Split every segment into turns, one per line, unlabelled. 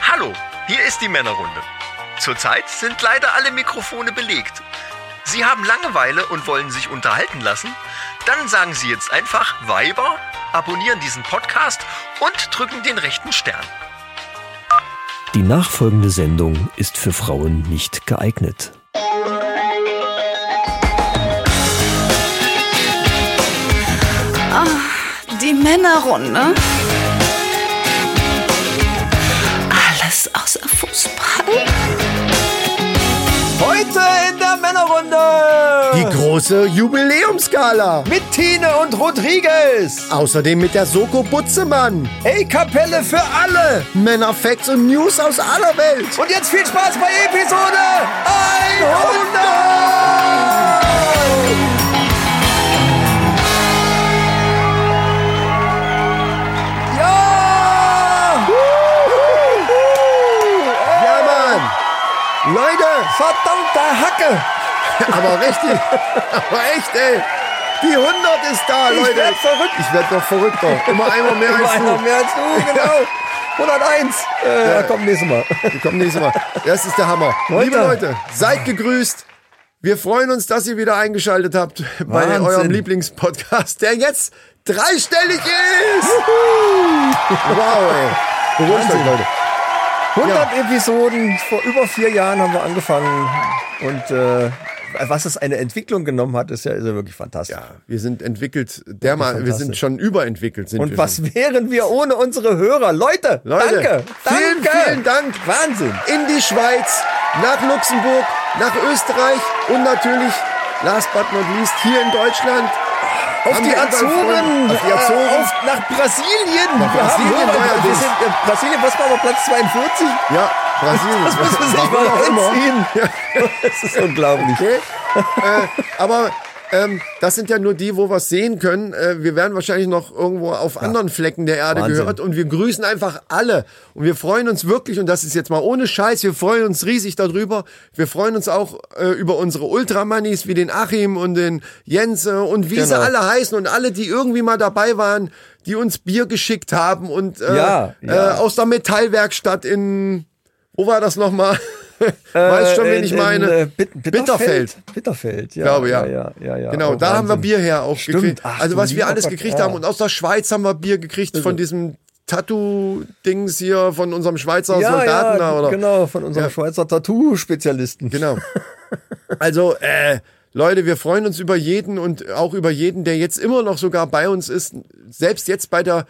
Hallo, hier ist die Männerrunde. Zurzeit sind leider alle Mikrofone belegt. Sie haben Langeweile und wollen sich unterhalten lassen? Dann sagen Sie jetzt einfach Weiber, abonnieren diesen Podcast und drücken den rechten Stern.
Die nachfolgende Sendung ist für Frauen nicht geeignet.
Die Männerrunde. Alles außer Fußball.
Heute in der Männerrunde
Die große Jubiläumskala.
mit Tine und Rodriguez.
Außerdem mit der Soko Butzemann.
Ey, Kapelle für alle.
Männerfacts und News aus aller Welt.
Und jetzt viel Spaß bei Episode 100. Ja!
Ja, Mann. Leute,
Verdammte Hacke.
aber richtig. Aber echt, ey. Die 100 ist da,
Ich
Leute.
werd verrückt.
Ich werd noch verrückter. Immer einmal mehr
Immer
als
einer
du.
mehr als du, genau. 101. Äh, ja. Komm, nächstes Mal.
Wir kommen nächstes Mal. Das ist der Hammer. Liebe Leute, seid gegrüßt. Wir freuen uns, dass ihr wieder eingeschaltet habt bei
Wahnsinn.
eurem Lieblingspodcast, der jetzt dreistellig ist. wow, ey. Beruhigt euch, Leute.
100 Episoden, vor über vier Jahren haben wir angefangen und äh, was es eine Entwicklung genommen hat, ist ja, ist ja wirklich fantastisch.
Ja, wir sind entwickelt, dermal, wir
Fantastisch.
sind schon überentwickelt. Sind
Und
wir
was
schon.
wären wir ohne unsere Hörer? Leute,
Leute,
danke,
vielen,
danke.
vielen Dank.
Wahnsinn.
In die Schweiz, nach Luxemburg, nach Österreich und natürlich, last but not least, hier in Deutschland.
Auf
Haben
die
wir überall
Azoren,
Freunde. Auf die Azoren.
Äh, auf, nach Brasilien.
Nach
Wir haben
Brasilien
Hörer. wir
neuerdings.
sind, äh, Brasilien, was war aber Platz 42?
Ja, Brasilien.
Das müssen wir sich
Warum
mal
auch immer.
reinziehen. Das ist unglaublich.
Okay. äh, aber ähm, das sind ja nur die, wo wir es sehen können. Äh, wir werden wahrscheinlich noch irgendwo auf anderen Flecken der Erde
Wahnsinn.
gehört. Und wir grüßen einfach alle. Und wir freuen uns wirklich, und das ist jetzt mal ohne Scheiß, wir freuen uns riesig darüber. Wir freuen uns auch äh, über unsere Ultramannis wie den Achim und den Jens äh, und wie sie
Genau.
alle heißen und alle, die irgendwie mal dabei waren, die uns Bier geschickt haben und äh,
Ja,
Äh,
ja.
aus der Metallwerkstatt in, wo war das nochmal? weißt schon, wen
in-
ich meine?
In, äh, Bit Bitterfeld.
Bitterfeld.
Bitterfeld, ja.
Ich glaube, ja.
ja, ja, ja
Genau,
Oh,
da haben wir
Wahnsinn.
Bier her auch
Stimmt.
gekriegt.
Ach,
also
du
was wir
lieber
alles
Gott,
gekriegt
ja.
haben. Und aus der Schweiz haben wir Bier gekriegt von diesem Tattoo-Dings hier, von unserem Schweizer
ja,
Soldaten
ja,
da, oder?
Genau, von unserem
Ja.
Schweizer Tattoo-Spezialisten.
Genau. Also, äh, Leute, wir freuen uns über jeden und auch über jeden, der jetzt immer noch sogar bei uns ist. Selbst jetzt bei der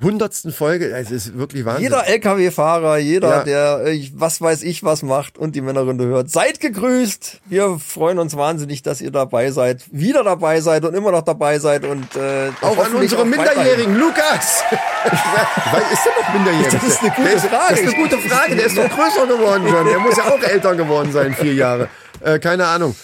hundertsten Folge. Es ist wirklich Wahnsinn.
Jeder LKW-Fahrer, jeder,
Ja.
der äh, ich- was weiß ich was macht und die Männerrunde hört, seid gegrüßt. Wir freuen uns wahnsinnig, dass ihr dabei seid, wieder dabei seid und immer noch dabei seid und äh,
auch an
hoffentlich
unsere
auch weiterhin.
Minderjährigen, Lukas! Weil ist der noch minderjährig?
Das ist eine gute
der ist,
Frage.
Das ist eine gute Frage. Der ist doch größer geworden schon. Der muss ja auch älter geworden sein, vier Jahre. Äh, keine Ahnung.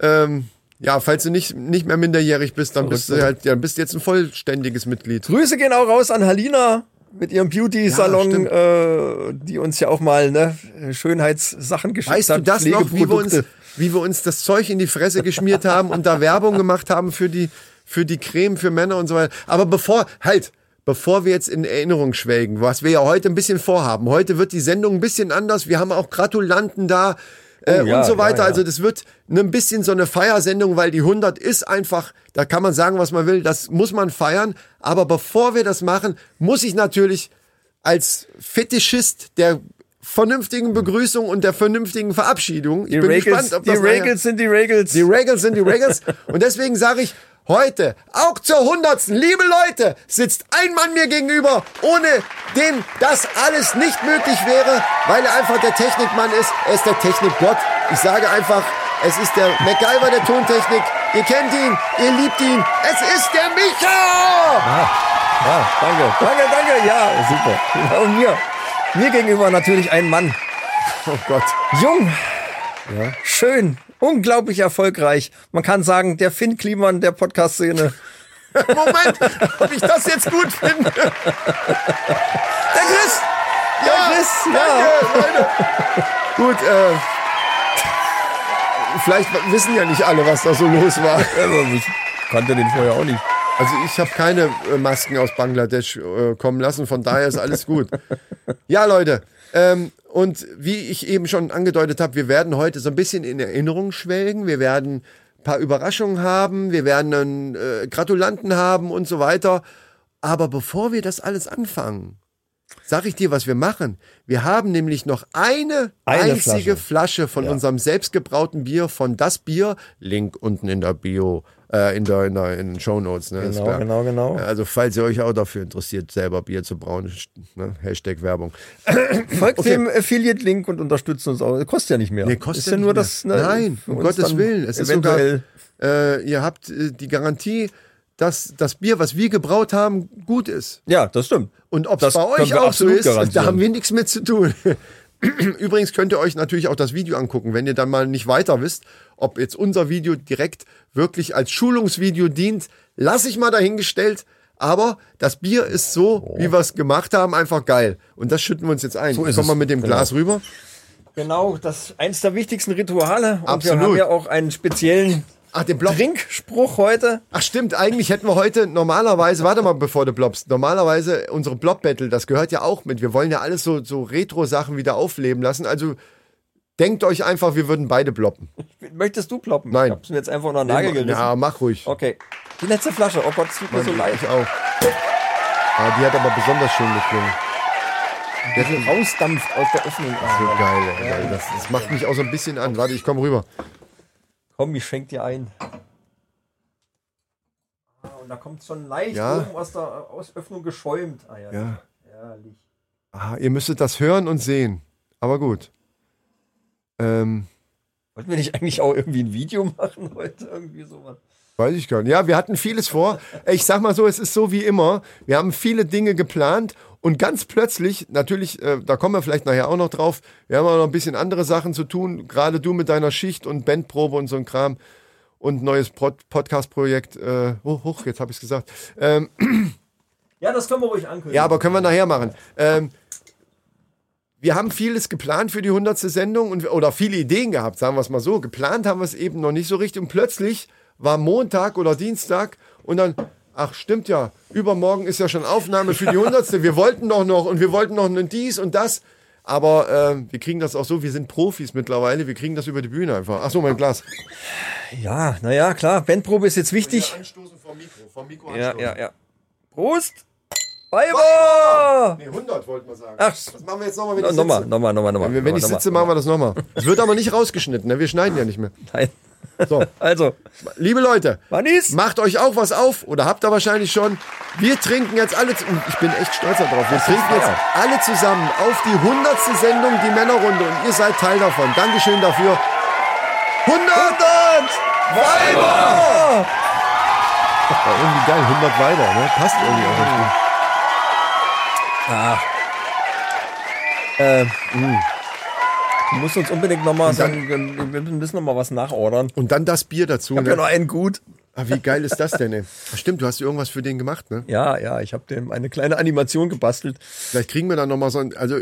Ähm, ja, falls du nicht, nicht mehr minderjährig bist, dann bist du halt, ja, dann bist du jetzt ein vollständiges Mitglied.
Grüße gehen auch raus an Halina mit ihrem Beauty-Salon,
stimmt.
äh, die uns ja auch mal ne, Schönheitssachen geschickt
Weißt
hat.
du das noch, wie wir, uns,
Pflegeprodukte.
wie wir uns das Zeug in die Fresse geschmiert haben und da Werbung gemacht haben für die, für die Creme für Männer und so weiter. Aber bevor, halt, bevor wir jetzt in Erinnerung schwelgen, was wir ja heute ein bisschen vorhaben. Heute wird die Sendung ein bisschen anders. Wir haben auch Gratulanten da äh,
Oh ja,
und so weiter.
ja, ja.
Also das wird ne- ein bisschen so eine Feiersendung, weil die 100 ist einfach, da kann man sagen, was man will. Das muss man feiern. Aber bevor wir das machen, muss ich natürlich als Fetischist der vernünftigen Begrüßung und der vernünftigen Verabschiedung. Ich
die
bin
Regels,
gespannt, ob
die
das nachher-
Regels sind die Regels.
Die Regels sind die Regels. und deswegen sage ich heute, auch zur hundertsten, liebe Leute, sitzt ein Mann mir gegenüber, ohne den das alles nicht möglich wäre, weil er einfach der Technikmann ist. Er ist der Technikgott. Ich sage einfach, es ist der MacGyver der Tontechnik. Ihr kennt ihn, ihr liebt ihn. Es ist der Micha!
Ja, Ah, danke, danke, danke, ja, super. Ja, Und mir, mir gegenüber natürlich ein Mann. Oh Gott. Jung, schön, unglaublich erfolgreich. Man kann sagen, der Finn Kliman der Podcast-Szene.
Moment, ob ich das jetzt gut finde. Der Chris! Ja,
Chris,
danke, Leute. Gut, äh, vielleicht wissen ja nicht alle, was da so los war.
Ich kannte den vorher auch nicht.
Also ich habe keine äh, Masken aus Bangladesch äh, kommen lassen, von daher ist alles gut. Ja, Leute. Ähm, und wie ich eben schon angedeutet habe, wir werden heute so ein bisschen in Erinnerung schwelgen. Wir werden ein paar Überraschungen haben. Wir werden einen äh, Gratulanten haben und so weiter. Aber bevor wir das alles anfangen, sag ich dir, was wir machen. Wir haben nämlich noch eine,
Eine
einzige Flasche, von unserem selbstgebrauten Bier von das Bier. Link unten in der Bio, äh, in, der, in, der, in den Show Notes. Ne?
Genau,
Ist klar.
genau, genau.
Also falls ihr euch auch dafür interessiert, selber Bier zu brauen, ne? Hashtag Werbung. Äh,
Folgt dem Affiliate-Link und unterstützt uns auch. Kostet ja nicht mehr.
Nee, kostet
ist ja
nicht
nur
mehr.
das. ne,
Nein,
für
um
uns
Gottes
dann
Willen. Es ist sogar,
eventuell
äh, ihr habt äh, die Garantie, dass das Bier, was wir gebraut haben, gut ist.
Ja, das stimmt.
Und ob es
Das
bei
können
euch
wir
auch so
absolut
ist, da
garantieren.
haben wir nichts mit zu tun. Übrigens könnt ihr euch natürlich auch das Video angucken, wenn ihr dann mal nicht weiter wisst, ob jetzt unser Video direkt wirklich als Schulungsvideo dient, lasse ich mal dahingestellt. Aber das Bier ist so, wie wir es gemacht haben, einfach geil. Und das schütten wir uns jetzt ein.
Oh. So ist
Kommen wir
es.
mit dem
Genau.
Glas rüber.
Genau, das ist eins der wichtigsten Rituale. Und
Absolut.
wir haben ja auch einen speziellen
Ach, den Block.
Trinkspruch heute.
Ach stimmt, eigentlich hätten wir heute normalerweise, warte mal, bevor du blobst, normalerweise unsere Blob-Battle, das gehört ja auch mit. Wir wollen ja alles so, so Retro-Sachen wieder aufleben lassen. Also denkt euch einfach, wir würden beide bloppen.
Möchtest du ploppen?
Nein.
Ich hab's mir jetzt einfach unter den Nagel gerissen.
Ja, mach ruhig.
Okay. Die letzte Flasche. Oh Gott, es tut mir Oh, so leid.
Ich auch. Ah, die hat aber besonders schön geklungen.
Der rausdampft aus der Öffnung.
So geil, ey. Geil. Das, das macht mich auch so ein bisschen an. Warte, ich komme rüber.
Komm, ich schenk dir ein. Ah, Und da kommt schon leicht
Ja.
oben aus der äh, aus Öffnung geschäumt. Ah, ja.
Ja.
Herrlich.
Ah, ihr müsstet das hören und sehen. Aber gut. Ähm,
Wollten wir nicht eigentlich auch irgendwie ein Video machen heute? Irgendwie sowas.
Weiß ich gar nicht. Ja, wir hatten vieles vor. Ich sag mal so, es ist so wie immer. Wir haben viele Dinge geplant und ganz plötzlich, natürlich, äh, da kommen wir vielleicht nachher auch noch drauf, wir haben auch noch ein bisschen andere Sachen zu tun, gerade du mit deiner Schicht und Bandprobe und so ein Kram und neues Pod Podcast-Projekt. Äh, hoch, hoch, jetzt habe ich es gesagt. Ähm,
Ja, das können wir ruhig ankündigen.
ja, aber können wir nachher machen. Ähm, wir haben vieles geplant für die 100. Sendung und, oder viele Ideen gehabt, sagen wir es mal so. Geplant haben wir es eben noch nicht so richtig und plötzlich war Montag oder Dienstag und dann, ach stimmt ja, übermorgen ist ja schon Aufnahme für die 100. wir wollten doch noch und wir wollten noch ein dies und das. Aber ähm, wir kriegen das auch so, wir sind Profis mittlerweile, wir kriegen das über die Bühne einfach. Ach so, mein Glas.
Ja, naja, klar. Bandprobe ist jetzt wichtig.
Anstoßen vom Mikro, vom Mikro
Ja, ja, ja. Prost! Weiber!
Nee, 100 wollten wir sagen.
Ach,
das machen wir jetzt nochmal, wenn
No,
ich
nochmal,
sitze.
nochmal, nochmal, nochmal.
Wenn, wenn ich sitze, machen wir das nochmal. Es wird aber nicht rausgeschnitten, ne? wir schneiden ja nicht mehr.
Nein.
So,
Also,
liebe Leute,
Manis!
macht euch auch was auf oder habt ihr wahrscheinlich schon. Wir trinken jetzt alle, zu- und ich bin echt stolz darauf, wir trinken jetzt
fair.
alle zusammen auf die 100. Sendung, die Männerrunde und ihr seid Teil davon. Dankeschön dafür. 100! Weiber! War irgendwie geil, 100 Weiber, ne? Passt irgendwie auch nicht.
Du musst uns unbedingt nochmal sagen, wir müssen nochmal was nachordern.
Und dann das Bier dazu.
Ich hab ja noch
Ne?
einen gut.
Ah, wie geil ist das denn, ey? Stimmt, du hast irgendwas für den gemacht, ne?
Ja, ja, ich habe dem eine kleine Animation gebastelt.
Vielleicht kriegen wir dann nochmal so ein, also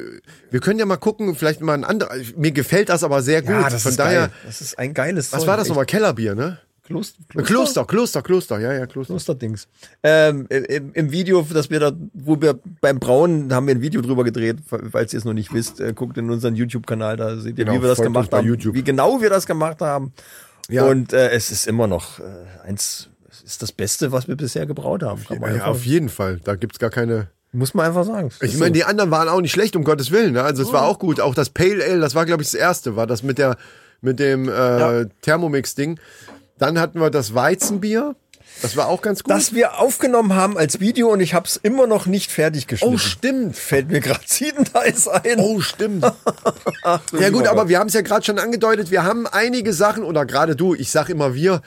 wir können ja mal gucken, vielleicht mal ein anderes. Mir gefällt das aber sehr gut. Von daher,
geil. Das ist ein geiles
was
Zeug.
war das
Echt.
nochmal? Kellerbier, ne?
Kloster,
Kloster, Kloster, Kloster, ja, ja, Kloster.
Klosterdings. Ähm, im, Im Video, das wir da, wo wir beim Brauen, haben wir ein Video drüber gedreht, falls ihr es noch nicht wisst, äh, guckt in unseren YouTube-Kanal, da seht ihr,
Genau,
wie wir das
folgt uns
gemacht
bei
haben,
YouTube.
wie genau wir das gemacht haben.
Ja.
Und äh, es ist immer noch äh, eins, es ist das Beste, was wir bisher gebraut haben. Kann man
Ja,
einfach,
auf jeden Fall. Da gibt's gar keine.
muss man einfach sagen.
Ich meine, die anderen waren auch nicht schlecht, um Gottes Willen. Ne? Also es war auch gut. Auch das Pale Ale, das war, glaube ich, das erste, war das mit der mit dem äh, Thermomix-Ding. Dann hatten wir das Weizenbier. Das war auch ganz gut.
dass wir aufgenommen haben als Video und ich habe es immer noch nicht fertig geschnitten.
oh, stimmt.
Fällt mir gerade Siedenteis ein.
Oh, stimmt. ja gut, aber wir haben es ja gerade schon angedeutet, wir haben einige Sachen, oder gerade du, ich sag immer wir,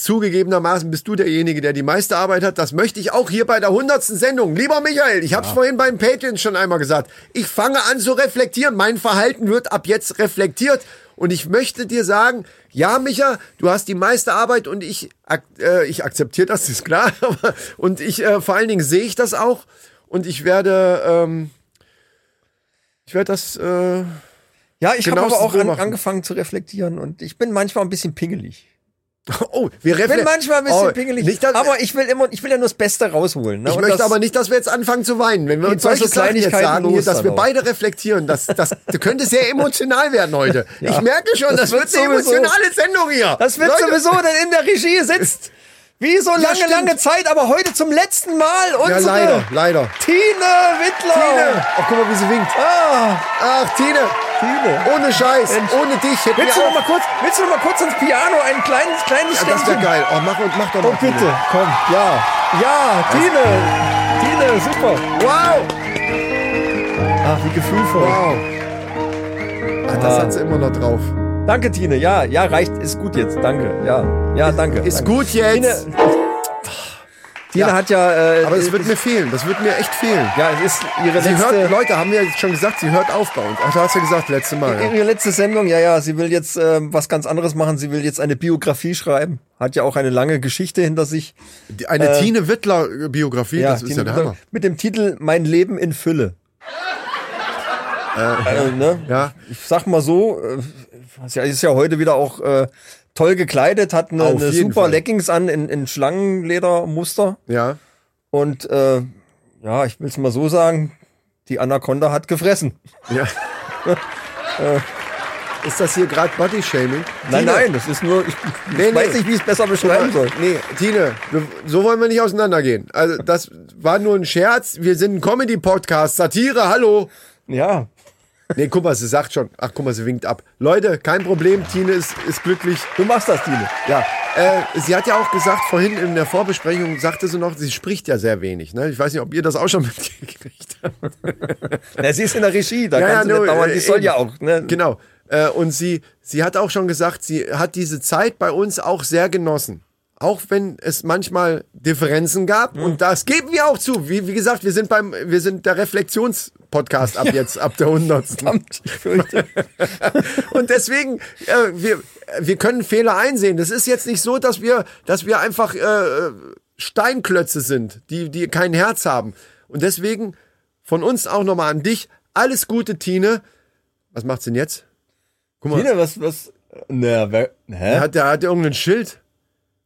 zugegebenermaßen bist du derjenige, der die meiste Arbeit hat. Das möchte ich auch hier bei der 100. Sendung. Lieber Michael, ich habe es vorhin beim Patreon schon einmal gesagt. Ich fange an zu reflektieren. Mein Verhalten wird ab jetzt reflektiert. Und ich möchte dir sagen, ja, Micha, du hast die meiste Arbeit und ich, ak äh, ich akzeptiere das, ist klar. aber- und ich, äh, vor allen Dingen sehe ich das auch. Und ich werde, ähm, ich werde das, äh,
ja, ich habe
genauestens
aber auch an,
beobachten.
angefangen zu reflektieren und ich bin manchmal ein bisschen pingelig.
Oh, wir Oh,
Ich bin manchmal ein bisschen pingelig,
Nicht, dass,
aber ich will immer, ich will ja nur das Beste rausholen. Ne?
ich
Und
möchte
das-
aber nicht, dass wir jetzt anfangen zu weinen, wenn wir
Geht
uns solche
solche
Sachen jetzt
Kleinigkeiten
sagen, hier,
los
dass
dann
wir
auch.
beide reflektieren. Das, das, das könnte sehr emotional werden heute. ich merke schon, das,
das
wird
wird
eine
sowieso.
emotionale Sendung hier.
Das wird
Leute,
sowieso dann in der Regie sitzt. Wie so lange,
stimmt.
lange Zeit, aber heute zum letzten Mal unsere
Ja, leider, leider.
Tine Wittler.
Tine! Oh, guck mal, wie sie winkt.
Ah,
Ach, Tine,
Tine.
ohne Scheiß,
Mensch.
ohne dich hätten
Willst du,
wir
noch
auch...
mal kurz, willst du noch mal kurz ins Piano ein kleines,
Ja,
kleines
das wäre
Ständchen?
geil. Oh, mach, mach doch mal.
Oh, bitte, komm. Ja, ja, Tine. Tine, super.
Tine. Wow,
Ach, wie gefühlvoll.
wow. Ah, das hat sie immer noch drauf.
Danke, Tine. Ja, ja, reicht. Ist gut jetzt. Danke. Ja, ja, danke.
Ist
danke.
gut jetzt.
Tine, Tine
Ja.
hat ja... Äh,
Aber es wird mir fehlen, das wird mir echt fehlen.
ja, es ist ihre
Sie
letzte...
hört, Leute, haben wir jetzt schon gesagt, sie hört auf bei uns. Ach, du hast ja gesagt, letzte Mal. Ja.
Ihre letzte Sendung, ja, ja, sie will jetzt ähm, was ganz anderes machen. Sie will jetzt eine Biografie schreiben. Hat ja auch eine lange Geschichte hinter sich.
Die- Eine Tine Wittler-Biografie, das ist
die-
äh, ja der Hammer.
Mit dem Titel Mein Leben in Fülle. Äh, ne?
Ja.
Ich sag mal so, äh, sie ist ja heute wieder auch äh, toll gekleidet, hat eine,
Auf
eine
jeden
super
Fall.
Leggings an in, in Schlangenledermuster.
Ja.
Und äh, ja, ich will es mal so sagen, die Anaconda hat gefressen.
ja. Äh, ist das hier gerade Body-Shaming?
Nein,
Tine,
nein, das ist nur, ich, ich
Nee,
weiß
nee.
nicht, wie ich es besser beschreiben soll.
Nee, Tine, wir, so wollen wir nicht auseinandergehen. Also, das war nur ein Scherz. Wir sind ein Comedy-Podcast, Satire, hallo.
Ja,
Nee, guck mal, sie sagt schon. Ach, guck mal, sie winkt ab. Leute, kein Problem, Tine ist, ist glücklich.
du machst das, Tine.
Ja, äh, sie hat ja auch gesagt, vorhin in der Vorbesprechung sagte sie noch, sie spricht ja sehr wenig. Ne? Ich weiß nicht, ob ihr das auch schon mitgekriegt habt.
Na, sie ist in der Regie, da
Ja,
kann
ja,
sie
nur,
nicht dauern.
äh,
Die soll
eben.
ja auch, ne?
Genau. Äh, und sie, sie hat auch schon gesagt, sie hat diese Zeit bei uns auch sehr genossen. Auch wenn es manchmal Differenzen gab.
Hm.
Und das geben wir auch zu. Wie, wie gesagt, wir sind beim, wir sind der Reflexionspodcast ab jetzt, ab der 100.
Verdammt, ich fürchte.
Und deswegen, äh, wir, wir können Fehler einsehen. Das ist jetzt nicht so, dass wir, dass wir einfach äh, Steinklötze sind, die, die kein Herz haben. Und deswegen von uns auch nochmal an dich. Alles Gute, Tine. Was macht's denn jetzt? Guck mal,
Tine, was, was? Na, wer, hä?
hat der hat der irgendein Schild.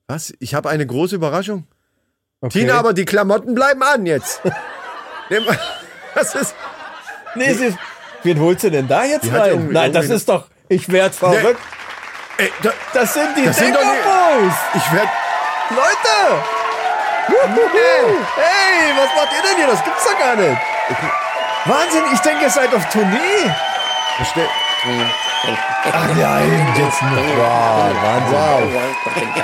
Was? Ich habe eine große Überraschung. Tine, aber die Klamotten bleiben an jetzt. Nimm- Das ist.
Nee, sie ist, wen holst du denn da jetzt
Die hat
rein?
irgendwie-
Nein, das
irgendwie-
ist doch, ich werd verrückt.
Ey, da,
Das sind die
Das sind doch die-
Denkerboys!
ich werde.
Leute! Wuhu! Hey, was macht ihr denn hier? Das gibt's doch gar nicht. Wahnsinn, ich denke, ihr seid auf Tournee. Ach nein, jetzt nicht. Wow, Wahnsinn.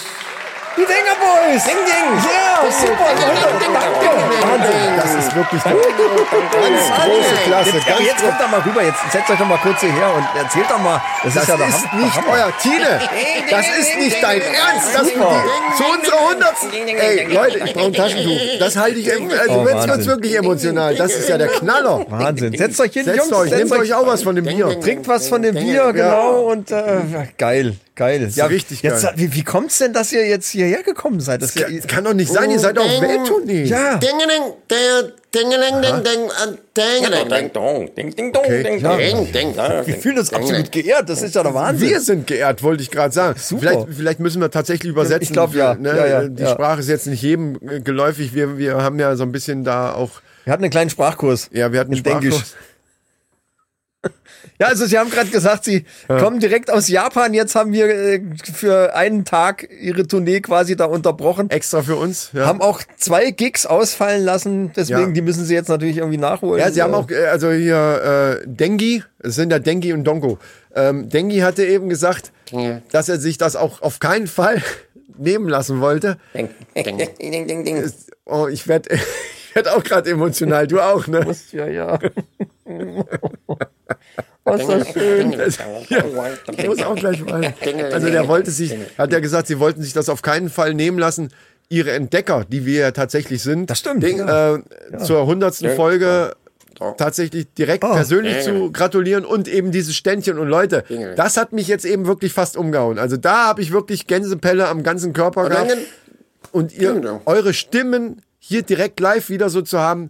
Die Denkerboys! Ding, ding! Ja, super, Leute, danke.
Wahnsinn, das ist wirklich eine ganz große Klasse.
Jetzt, aber
Ganz
jetzt kommt doch mal rüber, jetzt setzt euch doch mal kurz hierher und erzählt doch mal. Das,
Das
ist ja der
ist
Hammer.
nicht
der Hammer.
euer Tine. Das ist nicht dein Ernst. Das
Super.
zu unserer Hundertsten. Ey, Leute, ich brauche ein Taschentuch. Das halte ich, em- also
Oh,
jetzt wird's
Wahnsinn.
wirklich emotional. Das ist ja der Knaller.
Wahnsinn. Setzt euch hin,
Setzt
Jungs.
euch,
setzt
nehmt euch auch was von dem Bier.
Trinkt was von dem Bier, genau. Und äh, geil, geil. Ja,
richtig
jetzt,
geil.
Wie, wie kommt's denn, dass ihr jetzt hierher gekommen seid? Das
Das kann doch nicht sein, ihr seid auf Welttournee.
ja, wir fühlen uns absolut geehrt. Das ist ja der Wahnsinn.
Wir sind geehrt, wollte ich gerade sagen. Vielleicht, vielleicht müssen wir tatsächlich übersetzen.
Ich glaub, ja.
Ne,
Ja, ja,
die
ja.
Sprache ist jetzt nicht jedem äh, geläufig. Wir, wir haben ja so ein bisschen da auch.
Wir hatten einen kleinen Sprachkurs.
Ja, wir hatten
in
Sprachkurs.
Denkisch. Ja, also Sie haben gerade gesagt, Sie kommen direkt aus Japan. Jetzt haben wir äh, für einen Tag Ihre Tournee quasi da unterbrochen.
Extra für uns. Ja.
Haben auch zwei Gigs ausfallen lassen. Deswegen,
Ja.
die müssen Sie jetzt natürlich irgendwie nachholen.
Ja, sie haben
Äh,
auch, äh, also hier äh, Dengi, es sind ja Dengi und Dongo. Ähm, Dengi hatte eben gesagt, dass er sich das auch auf keinen Fall nehmen lassen wollte. Oh, ich werde ich werd auch gerade emotional, du auch, ne?
Ja, ja. Was das schön.
Ich muss auch gleich mal. Also der wollte sich, hat ja gesagt, sie wollten sich das auf keinen Fall nehmen lassen, ihre Entdecker, die wir ja tatsächlich sind,
Das stimmt,
Ding,
ja. Oh.
äh, zur hundertsten Folge tatsächlich direkt persönlich zu gratulieren und eben dieses Ständchen. Und Leute, das hat mich jetzt eben wirklich fast umgehauen. Also da habe ich wirklich Gänsepelle am ganzen Körper gehabt. Und ihr, eure Stimmen hier direkt live wieder so zu haben,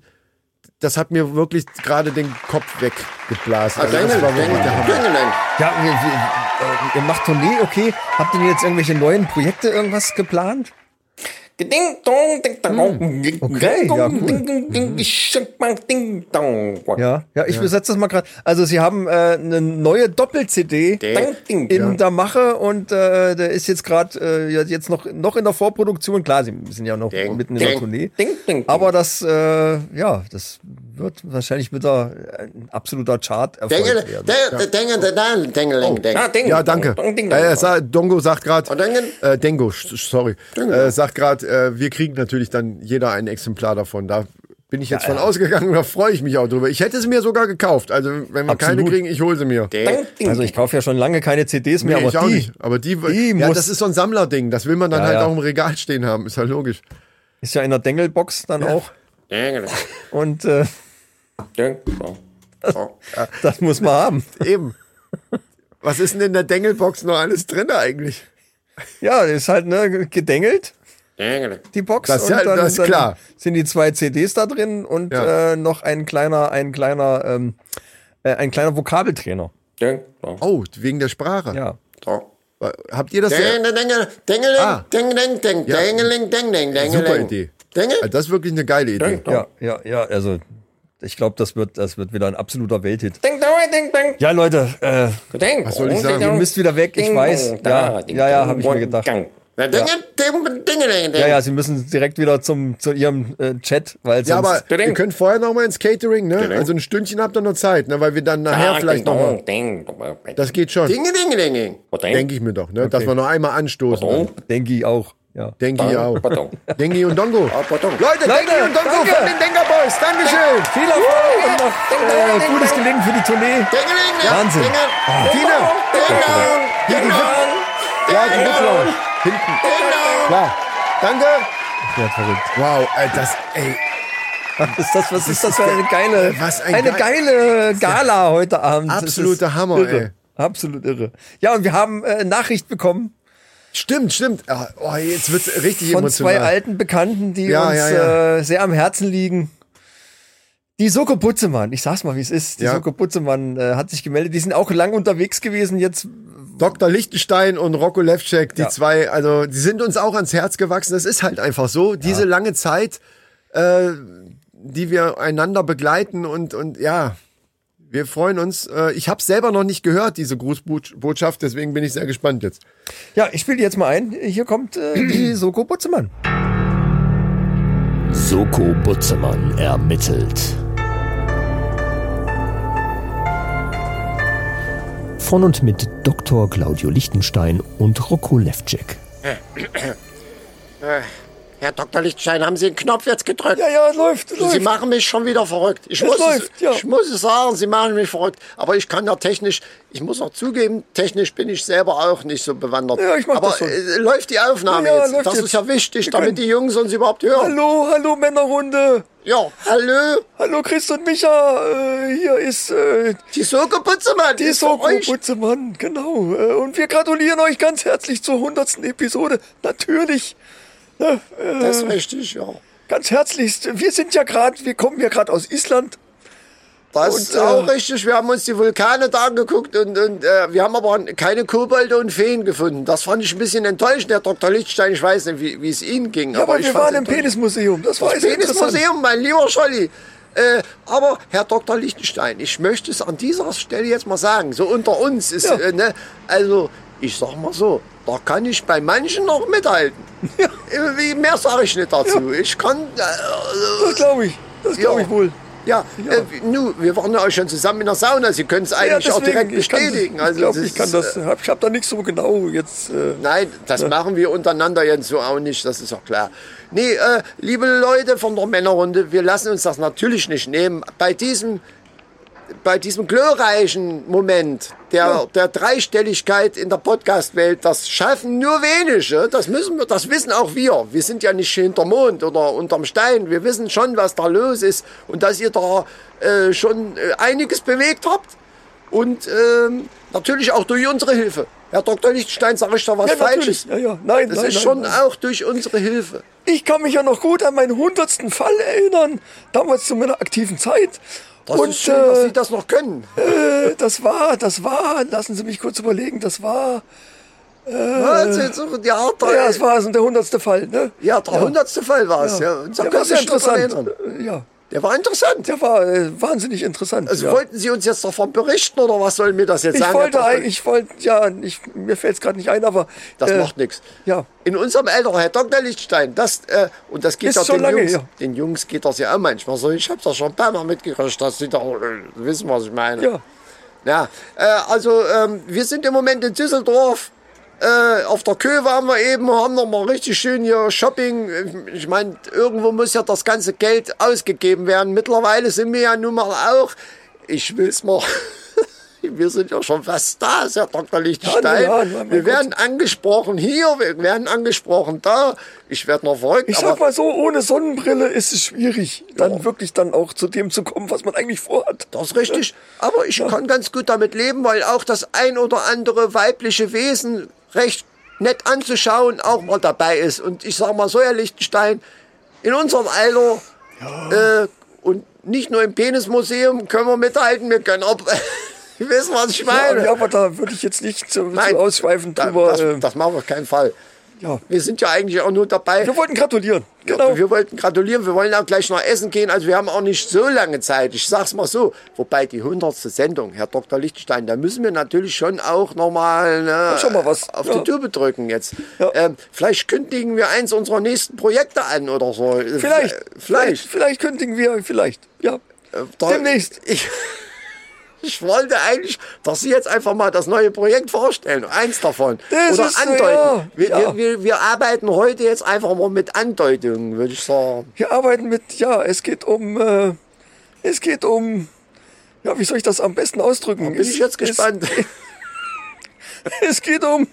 das hat mir wirklich gerade den Kopf weggeblasen. Also das war wirklich der Hammer.
Ja, wir, wir, äh, ihr macht Tournee, okay. Habt ihr denn jetzt irgendwelche neuen Projekte, irgendwas geplant?
Ding dong, ding dong, ding
Okay, ja, cool.
dong, ding ding ding, ich schenk mal ding dong.
Ja, ja, ich besetze das mal gerade. Also sie haben äh, eine neue Doppel-CD
Ding ding.
in der Mache und äh, der ist jetzt gerade äh, ja, jetzt noch noch in der Vorproduktion. Klar, sie sind ja noch mitten in der
ding,
Tournee.
ding, ding,
Aber das, äh, ja, das wird wahrscheinlich wieder ein absoluter Chart erfolg werden. Oh,
Ja, ding.
Ja, danke.
dong, ding, dong.
Äh, sa Dongo sagt gerade,
Und dann-
äh, Dengo, sch- sch- sorry, äh, sagt gerade, äh, wir kriegen natürlich dann jeder ein Exemplar davon. Da bin ich jetzt von ausgegangen, da freue ich mich auch drüber. Ich hätte sie mir sogar gekauft. Also, wenn wir keine
Absolut.
kriegen, ich hole sie mir.
Ding, ding.
Also ich kaufe ja schon lange keine CDs mehr,
Nee, ich
aber
auch
die
nicht. Aber die,
die
ja,
muss-
das ist so ein Sammlerding. Das will man dann
Ja,
halt
ja.
auch im Regal stehen haben. Ist ja logisch.
ist ja in der Dengelbox dann auch. Und äh,
Ding, dong.
das muss man haben.
Eben. Was ist denn in der Dengelbox noch alles drin eigentlich?
Ja, ist halt ne, gedengelt. die Box.
Das ist ja- das ist klar.
sind die zwei CDs da drin und
Ja.
äh, noch ein kleiner, ein kleiner, ähm, äh, ein kleiner Vokabeltrainer.
Ding, dong.
Oh, wegen der Sprache.
Ja.
Äh, Habt ihr das? Ja, super Idee. Also das ist wirklich eine geile Idee.
Ja, ja, ja, also ich glaube, das wird, das wird wieder ein absoluter Welthit.
Ding, dong, ding, ding.
Ja, Leute, äh,
Ding,
Was soll ich
dong,
sagen?
ding,
Ihr
ihr
dong.
müsst wieder weg, ich
Ding,
weiß.
dong,
Ja,
da, ding,
ja, ja
dong,
habe ich mir gedacht.
ding.
Ja, ja, sie müssen direkt wieder zum, zu ihrem äh, Chat, weil sonst...
Ja, aber
Ding.
ihr könnt vorher noch mal ins Catering, ne?
Ding.
Also ein Stündchen habt ihr noch Zeit, ne? Weil wir dann nachher
Ah,
vielleicht
genau.
ding,
noch mal.
dong, ding, dong.
Das geht schon.
Ding,
Denke ich mir doch, ne? Dass wir noch einmal anstoßen.
dong,
denke ich auch. Ja.
Denke ich auch.
dong.
Dengi und Dongo.
pardon.
Leute, Dengi und Dongo
Ah, danke.
von den Denker Boys. Dankeschön.
Viel Erfolg und noch äh, gutes Gelingen für die Tournee. Wahnsinn.
Tina. Hier
Genau.
die Wippen. Ja, die Wippen. Hinten.
Genau.
Klar. Danke.
Ja, verrückt.
Wow, ey, das, ey,
Was ist das, was ist das für eine geile,
Was ein
eine
geil-
geile Gala heute Abend? Das
Absoluter
ist
Hammer,
irre.
ey.
Absolut irre. Ja, und wir haben äh, Nachricht bekommen
Stimmt, stimmt. Ah, Oh, jetzt wird's richtig
von
emotional.
zwei alten Bekannten, die
Ja,
uns
ja, ja.
Äh, sehr am Herzen liegen. Die Soko Butzemann, ich sag's mal, wie es ist. Die
Ja.
Soko Butzemann äh, hat sich gemeldet. Die sind auch lang unterwegs gewesen. Jetzt
Dr. Lichtenstein und Rocco Levcek, die
Ja.
zwei, also die sind uns auch ans Herz gewachsen. Das ist halt einfach so. Diese lange Zeit, äh, die wir einander begleiten und, und ja, wir freuen uns. Äh, ich habe selber noch nicht gehört, diese Grußbotschaft, deswegen bin ich sehr gespannt jetzt.
Ja, ich spiele die jetzt mal ein. Hier kommt äh, die Soko Butzemann.
Soko Butzemann ermittelt. Von und mit Dr. Claudio Lichtenstein und Rocco Levcek.
Herr Dr. Lichtstein, haben Sie den Knopf jetzt gedrückt?
Ja, ja, läuft,
Sie
läuft.
machen mich schon wieder verrückt. Ich muss,
läuft,
es,
ja.
ich muss es sagen, Sie machen mich verrückt. Aber ich kann ja technisch, ich muss auch zugeben, technisch bin ich selber auch nicht so bewandert.
Ja, ich mach
Aber
das schon.
äh, läuft die Aufnahme
Ja, ja,
jetzt?
läuft
Das
jetzt.
ist ja wichtig,
Wir
damit
können-
die Jungs uns überhaupt hören.
Hallo, hallo Männerrunde.
Ja, hallo,
Hallo Chris und Micha. Äh, hier ist äh,
die Soko Putzemann.
Die
ist für
Soko
euch.
Butzemann, genau. Äh, Und wir gratulieren euch ganz herzlich zur 100. Episode. Natürlich, äh,
Das ist richtig, ja.
ganz herzlichst. Wir sind ja gerade, wir kommen ja gerade aus Island.
Das
Und,
ist auch
äh,
richtig. Wir haben uns die Vulkane da angeguckt und, und äh, wir haben aber keine Kobolde und Feen gefunden. Das fand ich ein bisschen enttäuschend, Herr Dr. Lichtstein. Ich weiß nicht, wie wie es Ihnen ging.
Ja, aber,
Oh, ich
wir
fand's
waren im
enttäuschend.
Penismuseum. Das war
Das
jetzt interessant.
Penismuseum, mein lieber Scholli. Äh, aber Herr Dr. Lichtenstein, ich möchte es an dieser Stelle jetzt mal sagen. So unter uns ist,
Ja.
äh, ne, also ich sag mal so, da kann ich bei manchen noch mithalten. Äh, wie- Mehr sage ich nicht dazu. Ich kann, äh,
Das glaube ich. Das
Ja.
glaube ich wohl.
ja, Äh, nu, wir waren ja auch schon zusammen in der Sauna. Sie können es
Ja,
eigentlich auch direkt
ich kann-
bestätigen.
Ich glaube,
das
ich kann
ist,
das.
äh,
hab- Ich habe da nicht so genau jetzt. Äh,
Nein, das machen wir untereinander jetzt so auch nicht, das ist auch klar. Nee, äh, liebe Leute von der Männerrunde, wir lassen uns das natürlich nicht nehmen. Bei diesem
bei diesem glorreichen Moment der, der Dreistelligkeit in der Podcast-Welt, das schaffen nur wenige. Das müssen wir, das wissen auch wir. Wir sind ja nicht hinterm Mond oder unterm Stein. Wir wissen schon, was da los ist und dass ihr da äh, schon äh, einiges bewegt habt. Und ähm, natürlich auch durch unsere Hilfe. Herr Dr. Lichtstein, sage ich da was
Ja, natürlich.
Falsches?
Ja, ja. Nein,
das
nein,
ist
nein,
schon
nein.
auch durch unsere Hilfe.
Ich kann mich ja noch gut an meinen hundertsten Fall erinnern, damals zu meiner aktiven Zeit.
Das
und
Also ist schön, dass
äh,
Sie das noch können.
äh, das war, das war, lassen Sie mich kurz überlegen, das war,
Also jetzt so die Art der-
ja, das war also der hundertste Fall, ne?
Ja, der hundertste Fall war es. Ja. Und da
Der
können
war
Sie
sehr
sich dran
interessant. Äh,
erinnern.
Ja,
Der war interessant.
der war äh, wahnsinnig interessant.
Also
ja.
wollten Sie uns jetzt davon berichten oder was sollen wir das jetzt
ich
sagen?
wollte
Herr Dr.
eigentlich, ich wollte, ja, ich, mir fällt es gerade nicht ein, aber
Das
äh,
macht nichts.
ja.
In unserem Älteren, Herr Dr. Lichtstein, das, äh, und das geht
Ist
ja
so
den
lange
Jungs,
her.
den Jungs geht das ja auch manchmal so. Ich habe das schon ein paar Mal mitgekriegt, dass sie da äh, wissen, was ich meine.
Ja.
Ja, äh, also ähm, wir sind im Moment in Düsseldorf. Äh, auf der Köhe waren wir eben, haben noch mal richtig schön hier Shopping. Äh, Ich meine, irgendwo muss ja das ganze Geld ausgegeben werden. Mittlerweile sind wir ja nun mal auch, ich will's mal, wir sind ja schon fast da, Herr Dr. Lichtstein.
ja, ja, mein
wir
Gott.
werden angesprochen hier, wir werden angesprochen da. Ich werde noch verrückt.
Ich
aber-
sag mal so, ohne Sonnenbrille ist es schwierig, dann wirklich dann auch zu dem zu kommen, was man eigentlich vorhat.
Das ist richtig. äh, Aber ich kann ganz gut damit leben, weil auch das ein oder andere weibliche Wesen recht nett anzuschauen auch mal dabei ist. Und ich sag mal so, Herr Lichtenstein, in unserem Alter äh, und nicht nur im Penismuseum können wir mithalten, wir können auch... Wir wissen, was ich meine.
Ja, aber da würde ich jetzt nicht so,
Nein,
so ausschweifend
da-
drüber.
Das,
äh,
das machen wir auf keinen Fall.
ja.
Wir sind ja eigentlich auch nur dabei.
Wir wollten gratulieren. Genau.
Wir wollten gratulieren, wir wollen auch gleich nach Essen gehen, also wir haben auch nicht so lange Zeit. Ich sag's mal so, wobei die 100. Sendung, Herr Dr. Lichtenstein, da müssen wir natürlich schon auch nochmal ne,
Schon mal was,
auf
ja.
die Tube drücken jetzt.
Ja.
Ähm, vielleicht kündigen wir eins unserer nächsten Projekte an oder so. Äh,
vielleicht,
äh,
vielleicht,
Vielleicht. Äh,
vielleicht kündigen wir, vielleicht. Ja.
da-
Demnächst.
Ich, ich wollte eigentlich, dass Sie jetzt einfach mal das neue Projekt vorstellen. Eins davon.
Das
oder
ist so,
andeuten.
ja.
Wir,
Ja.
Wir, wir, wir arbeiten heute jetzt einfach mal mit Andeutungen, würde ich sagen.
Wir arbeiten mit, ja, es geht um, äh, es geht um, ja, wie soll ich das am besten ausdrücken?
Bin ich jetzt gespannt.
äh, Es, es geht um,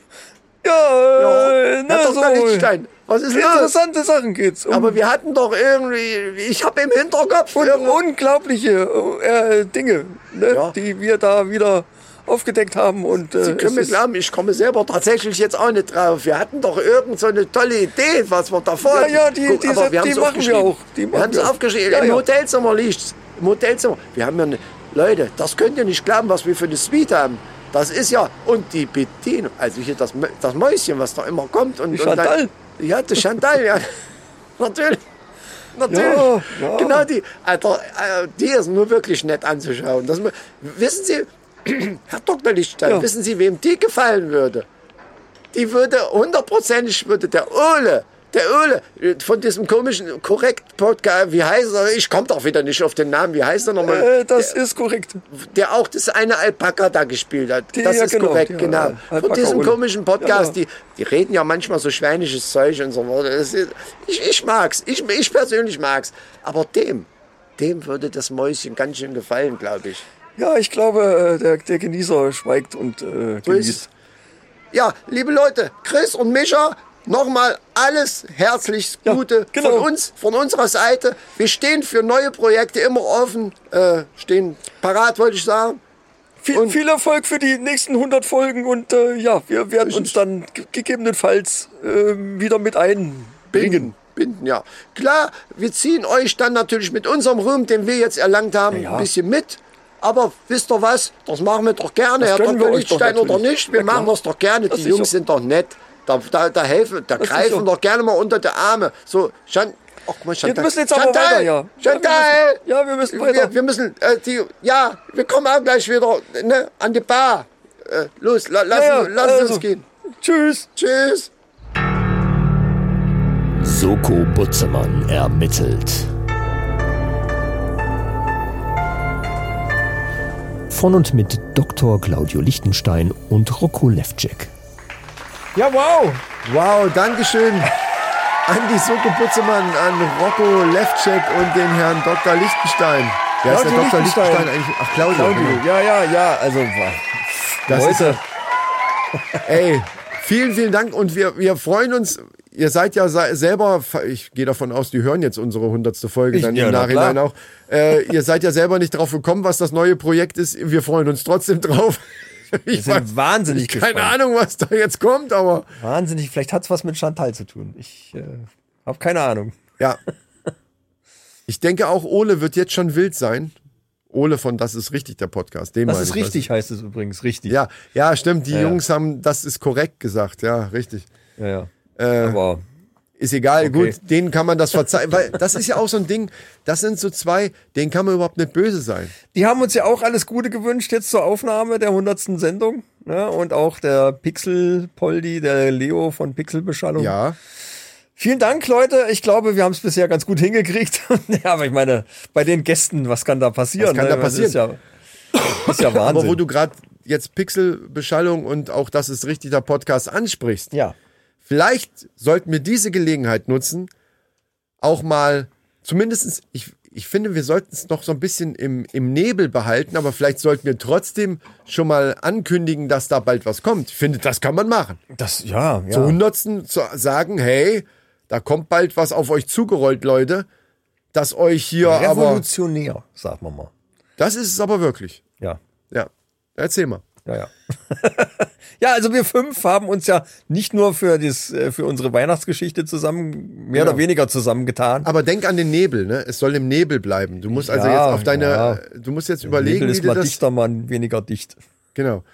ja, äh,
Herr
na,
Dr.
so,
Lichtenstein, was ist los?
interessante Sachen geht's um.
Aber wir hatten doch irgendwie, ich habe im Hinterkopf
und
irgendwo-
unglaubliche äh, Dinge, ne,
Ja.
die wir da wieder aufgedeckt haben und äh,
Sie können mir
es ist-
glauben, ich komme selber tatsächlich jetzt auch nicht drauf. Wir hatten doch irgend so eine tolle Idee, was wir davor
Ja, ja, die- die- die machen wir auch. Die
wir
machen
haben es
wir auch.
aufgeschrieben.
Ja,
Im
ja.
Hotelzimmer liegt's. Im Hotelzimmer. Wir haben ja eine, Leute, das könnt ihr nicht glauben, was wir für eine Suite haben. Das ist ja, und die Bedienung, also hier das, Mä- das Mäuschen, was da immer kommt. Und,
Die
und
Chantal.
Dann, ja, die Chantal, ja. Natürlich. Natürlich.
Ja, ja.
Genau die. Alter, äh, die ist nur wirklich nett anzuschauen. Das, mu- wissen Sie, Herr Dr. Lichtstein,
Ja.
wissen Sie, wem die gefallen würde? Die würde hundertprozentig würde der Ole, der Ole äh, von diesem komischen korrekt Podcast, wie heißt er? Ich komme doch wieder nicht auf den Namen. Wie heißt er nochmal?
Äh, das ist korrekt.
der auch das eine Alpaka da gespielt hat.
Die-
das
ja,
ist
genau,
korrekt,
die,
genau.
äh,
Von
Alpaka
diesem
Ole.
komischen Podcast,
Ja, genau.
Die, die reden ja manchmal so schweinisches Zeug und so weiter. Das ist- Ich, ich mag's, ich, ich persönlich mag's. Aber dem, dem würde das Mäuschen ganz schön gefallen, glaube ich.
Ja, ich glaube, äh, der, der Genießer schweigt und äh, genießt.
Ja, liebe Leute, Chris und Micha, nochmal alles herzlich
Ja,
Gute
genau.
von uns, von unserer Seite. Wir stehen für neue Projekte immer offen, äh, stehen parat, wollte ich sagen.
Viel, viel Erfolg für die nächsten 100 Folgen und äh, ja, wir werden uns dann ge- gegebenenfalls äh, wieder mit einbringen.
Binden, ja. Klar, wir ziehen euch dann natürlich mit unserem Ruhm, den wir jetzt erlangt haben,
ja.
ein bisschen mit. Aber wisst ihr was? Das machen wir doch gerne, Herr
gönnen wir
Dr.
euch
Lichtstein
doch
oder
natürlich.
nicht. Wir
Na klar.
machen das doch gerne.
Das
Die
ist
Jungs
so.
sind doch nett. Da, da, da helfen, da
Das ist
greifen
so.
doch gerne mal unter die Arme. So, Chan Ach, guck mal, Chantal.
Wir müssen jetzt aber
Chantal!
weiter, ja.
Chantal!
Ja, wir müssen- ja, wir müssen weiter.
Wir, wir müssen, äh, die, ja, wir kommen auch gleich wieder ne, an die Bar. Äh, los, la, lass,
Ja, ja,
lass
also.
uns gehen.
Tschüss.
Tschüss.
Soko Butzemann ermittelt. Von und mit Dr. Claudio Lichtenstein und Rocco Levcek.
Ja, wow.
Wow, Dankeschön an die Soko Putzemann, an Rocco Levcek und den Herrn Dr. Lichtenstein. Wer ist der
Claudio
Dr.
Lichtenstein.
Lichtenstein eigentlich? Ach, Claudio. genau.
Claudio, ja, ja, ja, also boah,
Das ist
Leute,
Ey, vielen, vielen Dank und wir, wir freuen uns. Ihr seid ja se- selber, ich gehe davon aus, die hören jetzt unsere hundertste Folge
Ich-
dann
ja,
im
na
Nachhinein
klar.
auch. Äh, ihr seid ja selber nicht drauf gekommen, was das neue Projekt ist. Wir freuen uns trotzdem drauf. Ich
wir sind wahnsinnig
keine
gespannt.
Ahnung, was da jetzt kommt, aber
Wahnsinnig, vielleicht hat's was mit Chantal zu tun. Ich äh, habe keine Ahnung.
ja. Ich denke auch, Ole wird jetzt schon wild sein. Ole von Das ist richtig, der Podcast. Den
Das
meine
ist
ich,
richtig, heißt es übrigens, richtig.
weißt du. Ja, ja, stimmt. Die
Ja, ja.
Jungs haben, das ist korrekt gesagt. Ja, richtig.
ja. ja.
Äh,
Aber
Ist egal,
Okay.
gut, denen kann man das verzeihen, weil das ist ja auch so ein Ding, das sind so zwei, denen kann man überhaupt nicht böse sein.
die haben uns ja auch alles Gute gewünscht jetzt zur Aufnahme der 100. Sendung. Ne? Und auch der Pixel-Poldi, der Leo von Pixelbeschallung.
Ja,
Vielen Dank, Leute. Ich glaube, wir haben es bisher ganz gut hingekriegt. ja, aber ich meine, bei den Gästen, was kann da passieren? ne?
Was kann da
Das ist ja, ist ja Wahnsinn.
aber wo du gerade jetzt Pixelbeschallung und auch das ist richtig der Podcast ansprichst,
ja.
vielleicht sollten wir diese Gelegenheit nutzen, auch mal zumindestens ich, ich finde, wir sollten es noch so ein bisschen im, im Nebel behalten, aber vielleicht sollten wir trotzdem schon mal ankündigen, dass da bald was kommt. Ich finde, das kann man machen.
Das, ja, ja.
zu Hundertsten zu sagen, hey, da kommt bald was auf euch zugerollt, Leute, dass euch hier aber.
Revolutionär, sagen wir mal.
Das ist es aber wirklich.
Ja.
Ja. Erzähl mal.
Ja, ja. ja, also wir fünf haben uns ja nicht nur für, das, äh, für unsere Weihnachtsgeschichte zusammen, mehr oder weniger zusammengetan.
Aber denk an den Nebel, ne? Es soll im Nebel bleiben. Du musst also
Ja,
jetzt auf deine.
ja.
Du musst jetzt überlegen,
Nebel
wie
ist
du
mal
das.
dichter, mal weniger dicht.
Genau.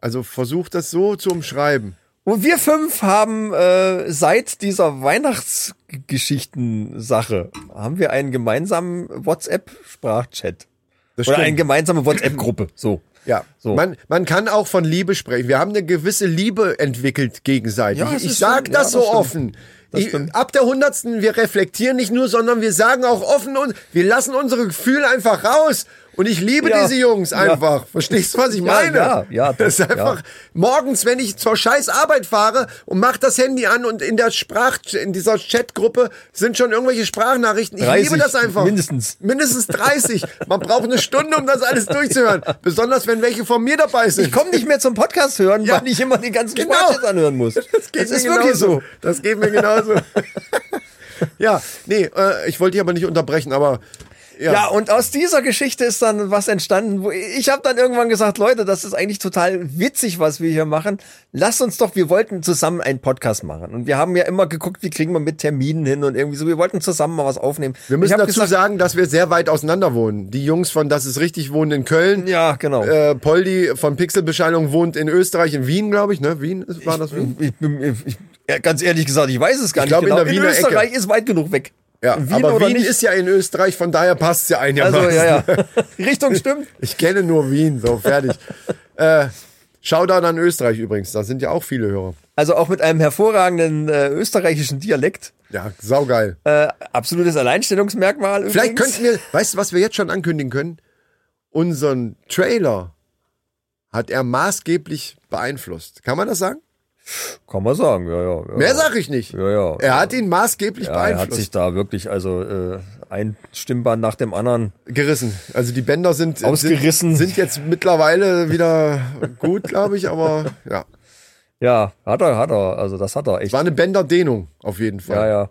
Also versuch das so zu umschreiben.
Und wir fünf haben äh, seit dieser Weihnachtsgeschichten-Sache haben wir einen gemeinsamen WhatsApp-Sprachchat.
Das
Oder
stimmt.
eine gemeinsame WhatsApp-Gruppe. So.
Ja,
So.
man, man kann auch von Liebe sprechen. Wir haben eine gewisse Liebe entwickelt gegenseitig.
Ja, es
ich
ist
sage
schon- ja,
das
das
so
stimmt.
offen.
Das
ich,
stimmt.
ab der hundertsten, wir reflektieren nicht nur, sondern wir sagen auch offen und wir lassen unsere Gefühle einfach raus. Und ich liebe
Ja.
diese Jungs
Ja.
einfach. Verstehst du, was ich
Ja,
meine?
ja, ja,
Das ist
doch,
einfach
ja.
morgens, wenn ich zur scheiß Arbeit fahre und mach das Handy an und in der Sprach, in dieser Chatgruppe sind schon irgendwelche Sprachnachrichten. Ich
30
liebe das einfach.
mindestens.
Mindestens 30. Man braucht eine Stunde, um das alles durchzuhören. Besonders wenn welche von mir dabei sind.
Ich komme nicht mehr zum Podcast hören,
Ja.
weil ich immer den ganzen
Genau.
Sprachchat anhören muss. Das,
Geht mir
ist wirklich
genauso.
so.
Das geht mir genauso. ja, nee, äh, ich wollte dich aber nicht unterbrechen, aber ja.
Ja. und aus dieser Geschichte ist dann was entstanden, wo ich habe dann irgendwann gesagt, Leute, das ist eigentlich total witzig, was wir hier machen. Lasst uns doch, wir wollten zusammen einen Podcast machen und wir haben ja immer geguckt, wie kriegen wir mit Terminen hin und irgendwie so, wir wollten zusammen mal was aufnehmen.
wir
ich
müssen
hab
dazu
gesagt,
sagen, dass wir sehr weit auseinander wohnen. Die Jungs von Das ist richtig wohnen in Köln.
ja, genau.
Äh, Poldi von Pixelbeschallung wohnt in Österreich, in Wien, glaube ich, ne? Wien ist- war das Wien?
ich, bin- ich, ich, ja, ganz ehrlich gesagt, ich weiß es gar
Ich
nicht
glaub, in
genau.
der Wiener Ecke.
Österreich ist weit genug weg.
Ja,
In
aber
oder
Wien
nicht?
ist ja in Österreich, von daher passt es ja einigermaßen.
also ja, ja. Richtung stimmt.
Ich kenne nur Wien, so fertig. äh, Shoutout an Österreich übrigens, da sind ja auch viele Hörer.
Also auch mit einem hervorragenden äh, österreichischen Dialekt.
Ja, saugeil.
Äh, absolutes Alleinstellungsmerkmal.
Vielleicht
übrigens.
könnten wir, weißt du, was wir jetzt schon ankündigen können? Unseren Trailer hat er maßgeblich beeinflusst. Kann man das sagen?
Kann man sagen, ja, ja. ja.
Mehr sage ich nicht.
Ja, ja.
Er hat ihn maßgeblich
ja, er hat sich
beeinflusst.
da wirklich, also äh, ein Stimmband nach dem anderen.
gerissen. Also die Bänder sind
Ausgerissen.
Sind, sind jetzt mittlerweile wieder gut, glaube ich, aber ja.
Ja, hat er, hat er. Also das hat er echt.
War eine Bänderdehnung auf jeden
Ja,
Fall.
ja.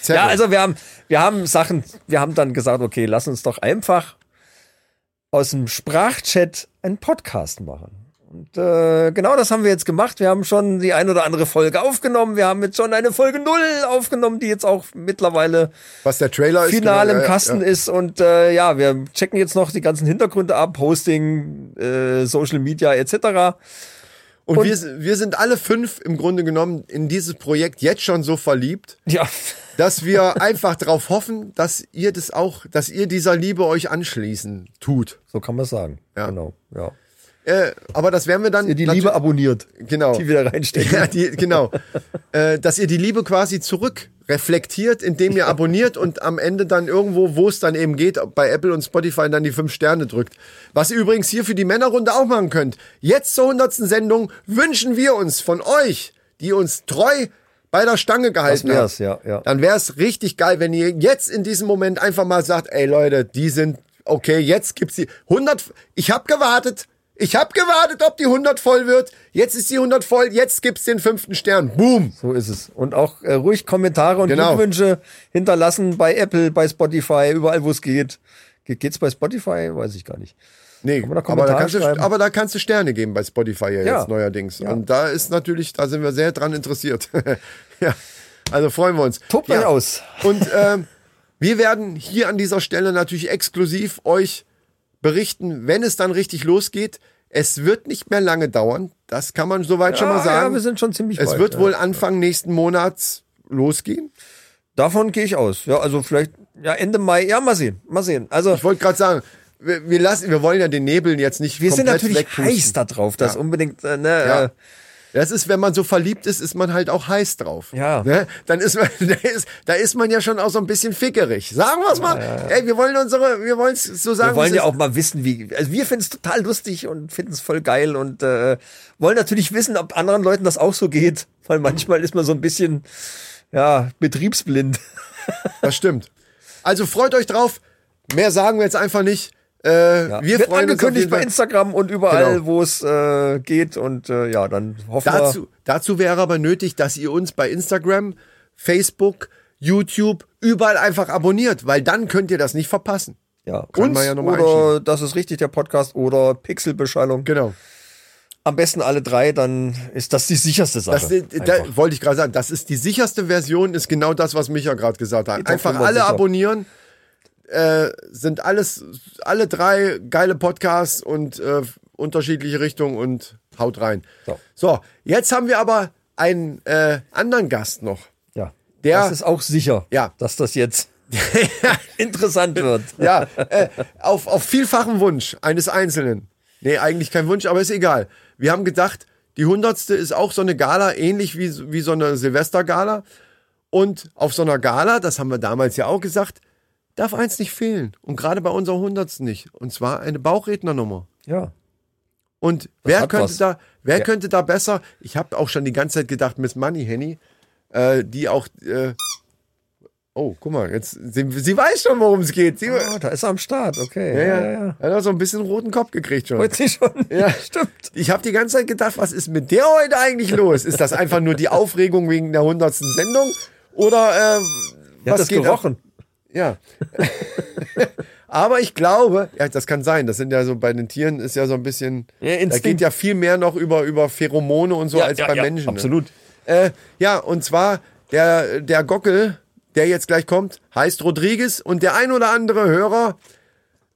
Sehr
Ja,
gut.
also wir haben, wir haben Sachen, wir haben dann gesagt, okay, lass uns doch einfach aus dem Sprachchat einen Podcast machen. Und äh, genau das haben wir jetzt gemacht. Wir haben schon die ein oder andere Folge aufgenommen. Wir haben jetzt schon eine Folge null aufgenommen, die jetzt auch mittlerweile
was der Trailer ist.
final
genau,
im
ja,
Kasten
Ja,
ist und äh, ja, wir checken jetzt noch die ganzen Hintergründe ab, Hosting, äh, Social Media etc.
Und, wir, wir sind alle fünf im Grunde genommen in dieses Projekt jetzt schon so verliebt,
Ja,
dass wir einfach darauf hoffen, dass ihr das auch, dass ihr dieser Liebe euch anschließen tut.
so kann man sagen.
Ja.
Genau, ja.
Äh, aber das werden wir dann
Ihr die
natu-
Liebe abonniert,
genau,
die wir da reinstecken.
ja, die, genau, äh, dass ihr die Liebe quasi zurück reflektiert, indem ihr abonniert und am Ende dann irgendwo, wo es dann eben geht, bei Apple und Spotify dann die fünf Sterne drückt. Was ihr übrigens hier für die Männerrunde auch machen könnt. Jetzt zur hundertsten Sendung wünschen wir uns von euch, die uns treu bei der Stange gehalten
Das
habt,
wär's, ja, ja.
dann wäre es richtig geil, wenn ihr jetzt in diesem Moment einfach mal sagt, ey Leute, die sind okay, jetzt gibt's die 100 ich hab gewartet. Ich hab gewartet, ob die 100 voll wird. Jetzt ist die 100 voll, jetzt gibt's den fünften Stern. Boom.
So ist es. Und auch äh, ruhig Kommentare und
Genau.
Glückwünsche hinterlassen bei Apple, bei Spotify, überall wo es geht. Ge geht's bei Spotify? Weiß ich gar nicht.
Nee,
Kann man
aber
da
da,
Kommentare
kannst du,
schreiben?
aber da kannst du Sterne geben bei Spotify ja
Ja.
jetzt neuerdings. Und da ist natürlich, da sind wir sehr dran interessiert. ja. Also freuen wir uns.
Tobt
ja.
euch aus.
Und ähm, wir werden hier an dieser Stelle natürlich exklusiv euch berichten, wenn es dann richtig losgeht. Es wird nicht mehr lange dauern. Das kann man soweit schon
Ah,
mal sagen.
Ja, wir sind schon ziemlich
es
weit,
wird
ja.
wohl Anfang nächsten Monats losgehen.
Davon gehe ich aus. Ja, also vielleicht ja Ende Mai. Ja, mal sehen, mal sehen. Also
Ich wollte gerade sagen, wir, wir lassen, wir wollen ja den Nebel jetzt nicht
wir sind
komplett
natürlich
wegpusten.
heiß da drauf, dass unbedingt äh, ne,
Ja.
äh,
Das ist, wenn man so verliebt ist, ist man halt auch heiß drauf.
Ja.
Ne? Dann ist man, da ist, da ist man ja schon auch so ein bisschen fickerig. Sagen wir es mal. Ey, wir wollen unsere, wir wollen es so sagen.
Wir wollen
wie es
ja
ist.
auch mal wissen, wie. Also wir finden es total lustig und finden es voll geil und äh, wollen natürlich wissen, ob anderen Leuten das auch so geht, weil manchmal ist man so ein bisschen ja betriebsblind.
Das stimmt. Also freut euch drauf. Mehr sagen wir jetzt einfach nicht. Äh, Wir freuen
Wird
uns auf
angekündigt
jeden
bei
Fall.
Instagram und überall,
Genau.
wo es äh, geht und äh, ja, dann hoffen
Dazu, dazu wäre aber nötig, dass ihr uns bei Instagram, Facebook, YouTube überall einfach abonniert, weil dann könnt ihr das nicht verpassen.
wir ja,
kann
uns
man ja noch mal
oder
einschieben.
das ist richtig der Podcast oder Pixelbeschallung.
Genau.
Am besten alle drei, dann ist das äh, die sicherste Sache.
Das, da
Einfach.
wollte ich gerade sagen, das ist die sicherste Version, ist genau das, was Micha gerade gesagt hat.
doch
Einfach
immer
alle
sicher.
abonnieren, äh, sind alles, alle drei geile Podcasts und äh, unterschiedliche Richtungen und haut rein. So,
So.
jetzt haben wir aber einen äh, anderen Gast noch.
ja.
der-
das ist auch sicher,
Ja.
dass das jetzt interessant wird.
Ja, äh, auf, auf vielfachen Wunsch eines Einzelnen. Nee, eigentlich kein Wunsch, aber ist egal. Wir haben gedacht, die hundertste ist auch so eine Gala, ähnlich wie, so- wie so eine Silvestergala. Und auf so einer Gala, das haben wir damals ja auch gesagt, darf eins nicht fehlen. Und gerade bei unserer hundertsten nicht. Und zwar eine Bauchrednernummer.
Ja.
Und wer
hat
könnte
was.
da, wer könnte da besser? Ich habe auch schon die ganze Zeit gedacht, Miss Money Henny, äh, die auch. Äh, oh, guck mal, jetzt sie, sie weiß schon, worum es geht. Sie,
Ah, da ist er am Start, okay.
ja, ja, ja. Er hat auch so ein bisschen roten Kopf gekriegt schon.
Freut sich schon.
Ja.
stimmt.
Ich habe die ganze Zeit gedacht, was ist mit der heute eigentlich los? Ist das einfach nur die Aufregung wegen der hundertsten Sendung? Oder äh,
Er
was
hat das
geht ab?
gerochen.
Ja. Aber ich glaube, ja, das kann sein. Das sind ja so bei den Tieren ist ja so ein bisschen.
Ja,
da
Instinkt.
geht ja viel mehr noch über, über Pheromone und so als bei Menschen.
Absolut.
Ne? Äh, ja, und zwar der, der Gockel, der jetzt gleich kommt, heißt Rodriguez und der ein oder andere Hörer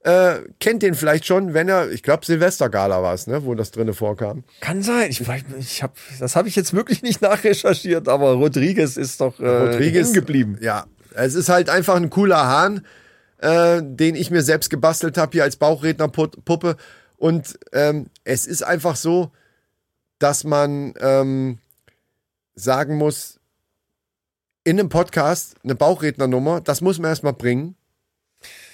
äh, kennt den vielleicht schon, wenn er, ich glaube, Silvestergala war es, ne, wo das drinne vorkam.
Kann sein. Ich, weiß nicht, ich hab, das habe ich jetzt wirklich nicht nachrecherchiert, aber Rodriguez ist doch äh,
Rodriguez
hängen geblieben.
Ja, es ist halt einfach ein cooler Hahn, äh, den ich mir selbst gebastelt habe hier als Bauchrednerpuppe. Und ähm, es ist einfach so, dass man ähm, sagen muss, in einem Podcast eine Bauchrednernummer, das muss man erstmal bringen.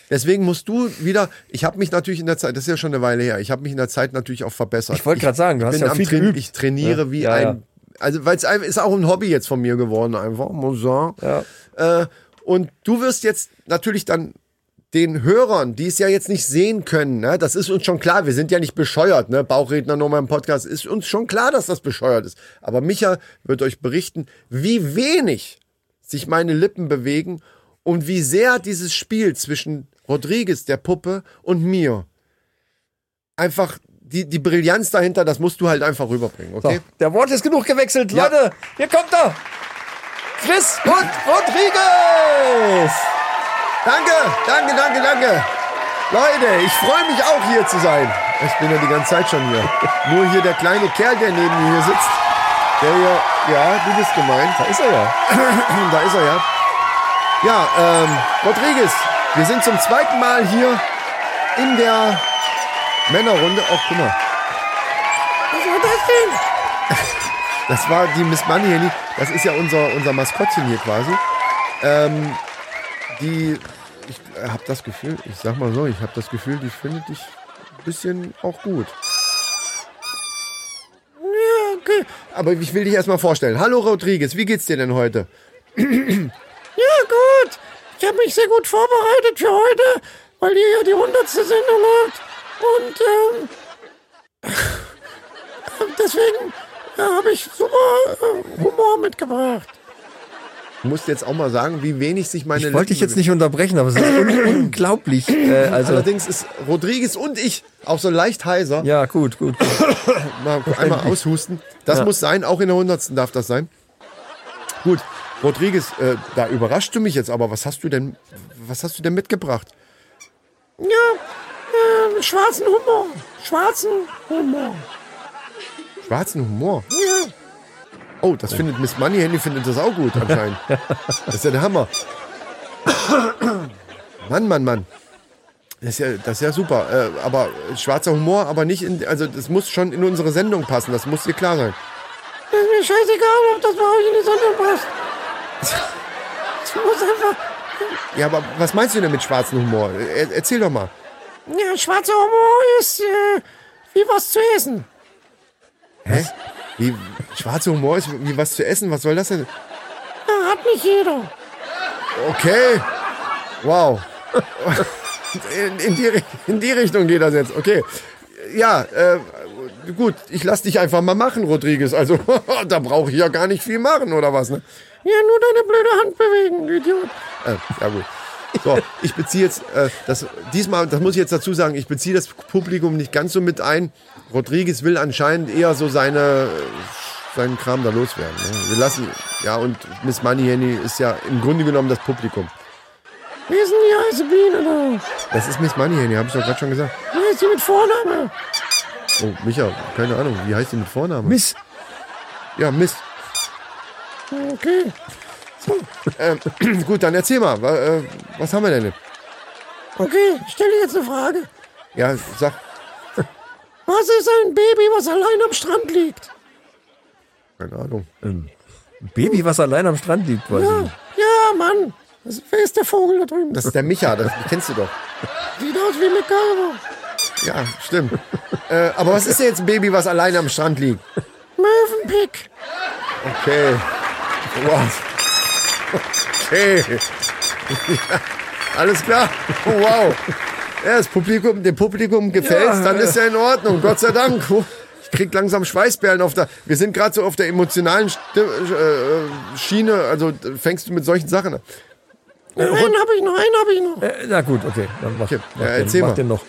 Deswegen musst du wieder, ich habe mich natürlich in der Zeit, das ist ja schon eine Weile her, ich habe mich in der Zeit natürlich auch verbessert.
Ich wollte gerade sagen, du hast
bin
ja
am
viel
Train-
geübt.
Ich trainiere
Ja,
wie
Ne? ja,
ein.
ja.
Also, weil es ist auch ein Hobby jetzt von mir geworden, einfach, muss ich sagen. Äh, und du wirst jetzt natürlich dann den Hörern, die es ja jetzt nicht sehen können, ne, das ist uns schon klar, wir sind ja nicht bescheuert, ne? Bauchredner nochmal im Podcast, ist uns schon klar, dass das bescheuert ist. Aber Micha wird euch berichten, wie wenig sich meine Lippen bewegen und wie sehr dieses Spiel zwischen Rodriguez, der Puppe, und mir einfach die, die Brillanz dahinter, das musst du halt einfach rüberbringen,
So,
okay?
Der Wort ist genug gewechselt.
Ja.
Leute, hier kommt er. Chris und Rodriguez.
Danke, danke, danke, danke. Leute, ich freue mich auch hier zu sein. Ich bin ja die ganze Zeit schon hier. Nur hier der kleine Kerl, der neben mir hier sitzt, der hier, ja, du bist gemeint.
Da ist er ja.
da ist er ja. Ja, ähm, Rodriguez, wir sind zum zweiten Mal hier in der Männerrunde. Oh, guck mal. Was war das denn? Das war die Miss Money Henny. Das ist ja unser, unser Maskottchen hier quasi. Ähm, die, ich habe äh, das Gefühl, ich sag mal so, ich habe das Gefühl, die findet dich ein bisschen auch gut. Ja, okay. Aber ich will dich erstmal vorstellen. Hallo Rodriguez, wie geht's dir denn heute?
Ja, gut. Ich habe mich sehr gut vorbereitet für heute, weil ihr ja die hundertste Sendung habt. Und ähm, deswegen äh, habe ich super äh, Humor mitgebracht.
Du musst jetzt auch mal sagen, wie wenig sich meine
Ich wollte dich
Lippen
jetzt nicht unterbrechen, aber es ist un unglaublich. Äh, also,
Allerdings ist Rodriguez und ich auch so leicht heiser.
ja, gut, gut. gut.
Mal einmal aushusten. Das muss sein, auch in der Hundertsten darf das sein. Gut, Rodriguez, äh, da überraschst du mich jetzt, aber was hast du denn, was hast du denn mitgebracht?
Ja, äh, schwarzen Humor. Schwarzen Humor.
Schwarzen Humor. Oh, das findet Miss Money Handy findet das auch gut anscheinend. Das ist ja der Hammer. Mann, Mann, Mann. Das ist ja, das ist ja super. Äh, aber schwarzer Humor, aber nicht in, also das muss schon in unsere Sendung passen. Das muss dir klar sein.
Das ist mir scheißegal, ob das bei euch in die Sendung passt. Es muss einfach.
Ja, aber was meinst du denn mit schwarzen Humor? Er, erzähl doch mal.
Ja, schwarzer Humor ist äh, wie was zu essen.
Hä? Wie, schwarzer Humor ist wie was zu essen? Was soll das denn?
Ja, hat nicht jeder.
Okay. Wow. In, in, die, Ri- in die Richtung geht das jetzt. Okay. Ja, äh, gut, ich lass dich einfach mal machen, Rodriguez. Also, da brauche ich ja gar nicht viel machen, oder was? Ne?
Ja, nur deine blöde Hand bewegen, du Idiot.
Äh, ja, gut. So, ich beziehe jetzt, äh, das, diesmal, das muss ich jetzt dazu sagen, ich beziehe das Publikum nicht ganz so mit ein. Rodriguez will anscheinend eher so seine, äh, seinen Kram da loswerden. Ne? Wir lassen, ja, und Miss Money Henny ist ja im Grunde genommen das Publikum.
Wie ist denn die heiße Biene
Das ist Miss Money Henny, habe ich doch gerade schon gesagt.
da? Wie heißt die mit Vorname?
Oh, Micha, keine Ahnung, wie heißt die mit Vornamen?
Miss,
Ja, Miss.
Okay.
Ähm, gut, dann erzähl mal, wa- äh, was haben wir denn?
Okay, ich stelle dir jetzt eine Frage.
Ja, sag,
Was ist ein Baby, was allein am Strand liegt?
keine Ahnung.
Baby, was allein am Strand liegt, weiß ich
Ja,
nicht.
ja Mann. Das, wer ist der Vogel da drüben?
Das ist der Micha, das kennst du doch.
sieht aus wie eine Karre.
Ja, stimmt. äh, aber was ist denn jetzt ein Baby, was alleine am Strand liegt?
Möwenpick.
Okay. Wow. Okay. ja, alles klar. Oh, Wow. Ja, das Publikum, dem Publikum gefällt's, dann ist ja in Ordnung. Gott sei Dank. Oh, Ich krieg langsam Schweißperlen auf der. Wir sind gerade so auf der emotionalen Sti äh, Schiene. Also äh, fängst du mit solchen Sachen an.
Einen habe ich noch, einen habe ich noch.
Äh, na gut, okay. Dann mach,
Okay,
mach,
ja,
den,
erzähl
mach
mal.
den noch.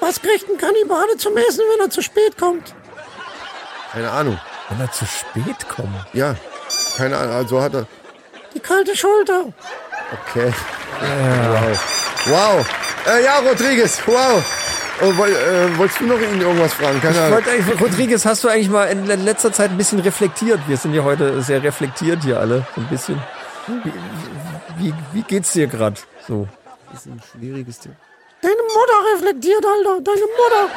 Was kriegt ein Kannibale zum Essen, wenn er zu spät kommt?
Keine Ahnung.
Wenn er zu spät kommt.
Ja, keine Ahnung. Also hat er.
Die kalte Schulter.
Okay. Wow. Wow. Äh, ja, Rodriguez. Wow. Oh, woll, äh, wolltest du noch ihn irgendwas fragen? Keine
Ich
Ahnung.
wollte eigentlich, Rodriguez, hast du eigentlich mal in le- letzter Zeit ein bisschen reflektiert? Wir sind ja heute sehr reflektiert hier alle, so ein bisschen. Wie, wie, wie geht's dir gerade so?
Deine Mutter reflektiert, Alter. Deine Mutter.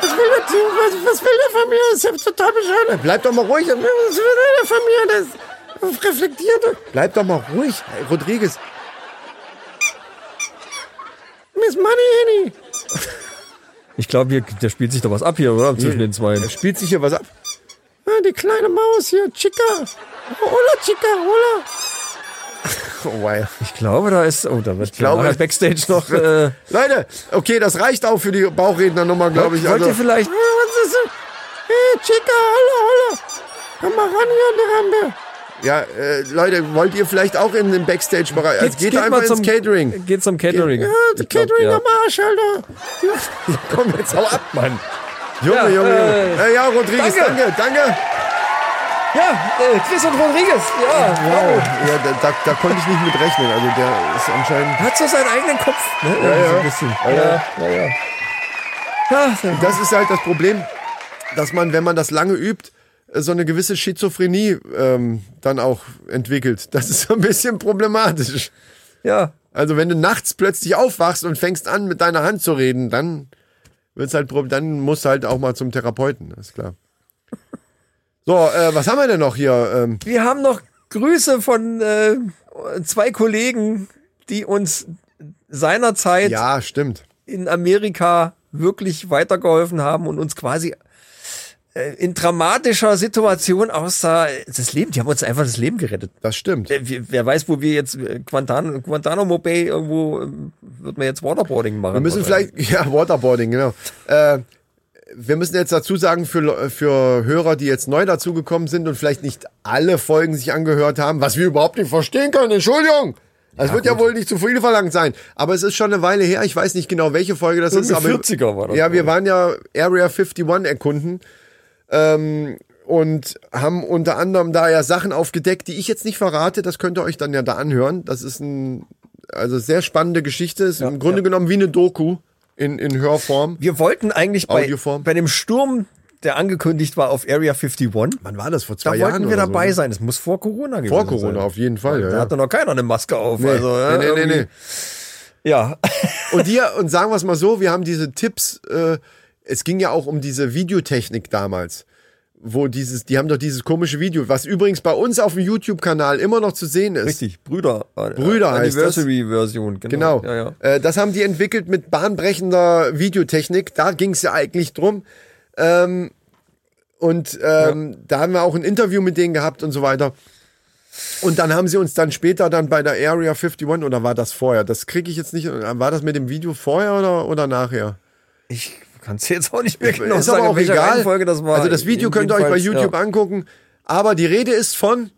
Was will der Typ? Was, was will der von mir? Das ist ja total bescheuert.
Bleib doch mal ruhig.
Was will der von mir? Das reflektierte.
Bleib doch mal ruhig. Hey, Rodriguez.
Miss Money Henny.
Ich glaube, hier, da spielt sich doch was ab hier, oder? Zwischen den
Da
zwei.
spielt sich hier was ab.
Ah, Die kleine Maus hier. Chica. Hola, Chica. Hola.
Oh, wow.
Ich glaube, da ist. Oh, da wird ich
glaube-
Backstage noch. Äh,
Leute, okay, das reicht auch für die Bauchrednernummer, glaube ich.
wollt ihr
Also,
vielleicht.
Ah, Was ist das? Hey, Chica. Hola, hola. Komm mal ran hier an die Rampe.
ja, äh, Leute, wollt ihr vielleicht auch in den Backstage-Bereich? Also, geht,
mal
einfach ins Catering.
Geht zum Catering.
Ja, die
Ich glaub,
Catering
ja.
am Arsch, Alter.
Komm, jetzt hau ab, Mann. Junge,
Ja,
Junge,
äh,
Junge. Äh, ja, Rodriguez,
danke.
danke, danke.
Ja, äh, Chris und Rodriguez. Ja.
Wow. Ja, da, da, da konnte ich nicht mit rechnen. Also der ist anscheinend...
Hat so seinen eigenen Kopf. Ne? Ja, So ein bisschen.
ja.
Ja, so.
Das ist halt das Problem, dass man, wenn man das lange übt, äh, so eine gewisse Schizophrenie ähm, dann auch entwickelt. Das ist so ein bisschen problematisch.
ja.
Also wenn du nachts plötzlich aufwachst und fängst an, mit deiner Hand zu reden, dann wird's halt prob- dann musst du halt auch mal zum Therapeuten, ist klar. So, äh, was haben wir denn noch hier? Ähm,
Wir haben noch Grüße von äh, zwei Kollegen, die uns seinerzeit
ja, stimmt.
in Amerika wirklich weitergeholfen haben und uns quasi äh, in dramatischer Situation aussah. Das Leben, die haben uns einfach das Leben gerettet.
Das stimmt.
Äh, wir- Wer weiß, wo wir jetzt äh, Guantan Guantanamo Bay irgendwo äh, wird man jetzt Waterboarding machen.
Wir müssen vielleicht, ja, Waterboarding, genau. Äh, wir müssen jetzt dazu sagen, für, Le- für Hörer, die jetzt neu dazugekommen sind und vielleicht nicht alle Folgen sich angehört haben, was wir überhaupt nicht verstehen können, Entschuldigung. Das wird ja wohl nicht zu viel verlangt sein. Aber es ist schon eine Weile her. Ich weiß nicht genau, welche Folge das ist.
Irgendein
Aber
40er war das,
Ja, wir
glaub
waren
ich.
ja Area 51 erkunden. ähm, und haben unter anderem da ja Sachen aufgedeckt, die ich jetzt nicht verrate. Das könnt ihr euch dann ja da anhören. Das ist ein, also sehr spannende Geschichte. Ist im Grunde genommen wie eine Doku in, in Hörform.
Wir wollten eigentlich bei,
Audioform.
bei dem Sturm, der angekündigt war auf Area 51,
Wann war das? Vor zwei
da
Jahren?
wollten wir
oder
dabei
so, ne?
sein. Es muss vor Corona gewesen
Vor
sein.
Corona auf jeden Fall.
Da
Ja,
hatte noch keiner eine Maske auf.
Nee,
Also, ja,
nee, nee, nee,
irgendwie- Ja.
Und hier, und sagen wir es mal so, wir haben diese Tipps, äh, es ging ja auch um diese Videotechnik damals. Wo dieses, die haben doch dieses komische Video, was übrigens bei uns auf dem YouTube-Kanal immer noch zu sehen ist.
Richtig, Brüder. äh,
Brüder heißt das.
Anniversary-Version, genau.
Genau.
Ja, ja.
Äh, das haben die entwickelt mit bahnbrechender Videotechnik. Da ging es ja eigentlich drum. Ähm, und ähm, da haben wir auch ein Interview mit denen gehabt und so weiter. Und dann haben sie uns dann später dann bei der Area 51 oder war das vorher? Das kriege ich jetzt nicht. War das mit dem Video vorher oder, oder nachher?
Ich kann es jetzt auch nicht mehr genau
ist
sagen,
aber
in
auch
welcher
egal.
Reihenfolge das war.
also das Video
In-
könnt ihr euch bei
jedenfalls,
YouTube
ja.
angucken. Aber die Rede ist von,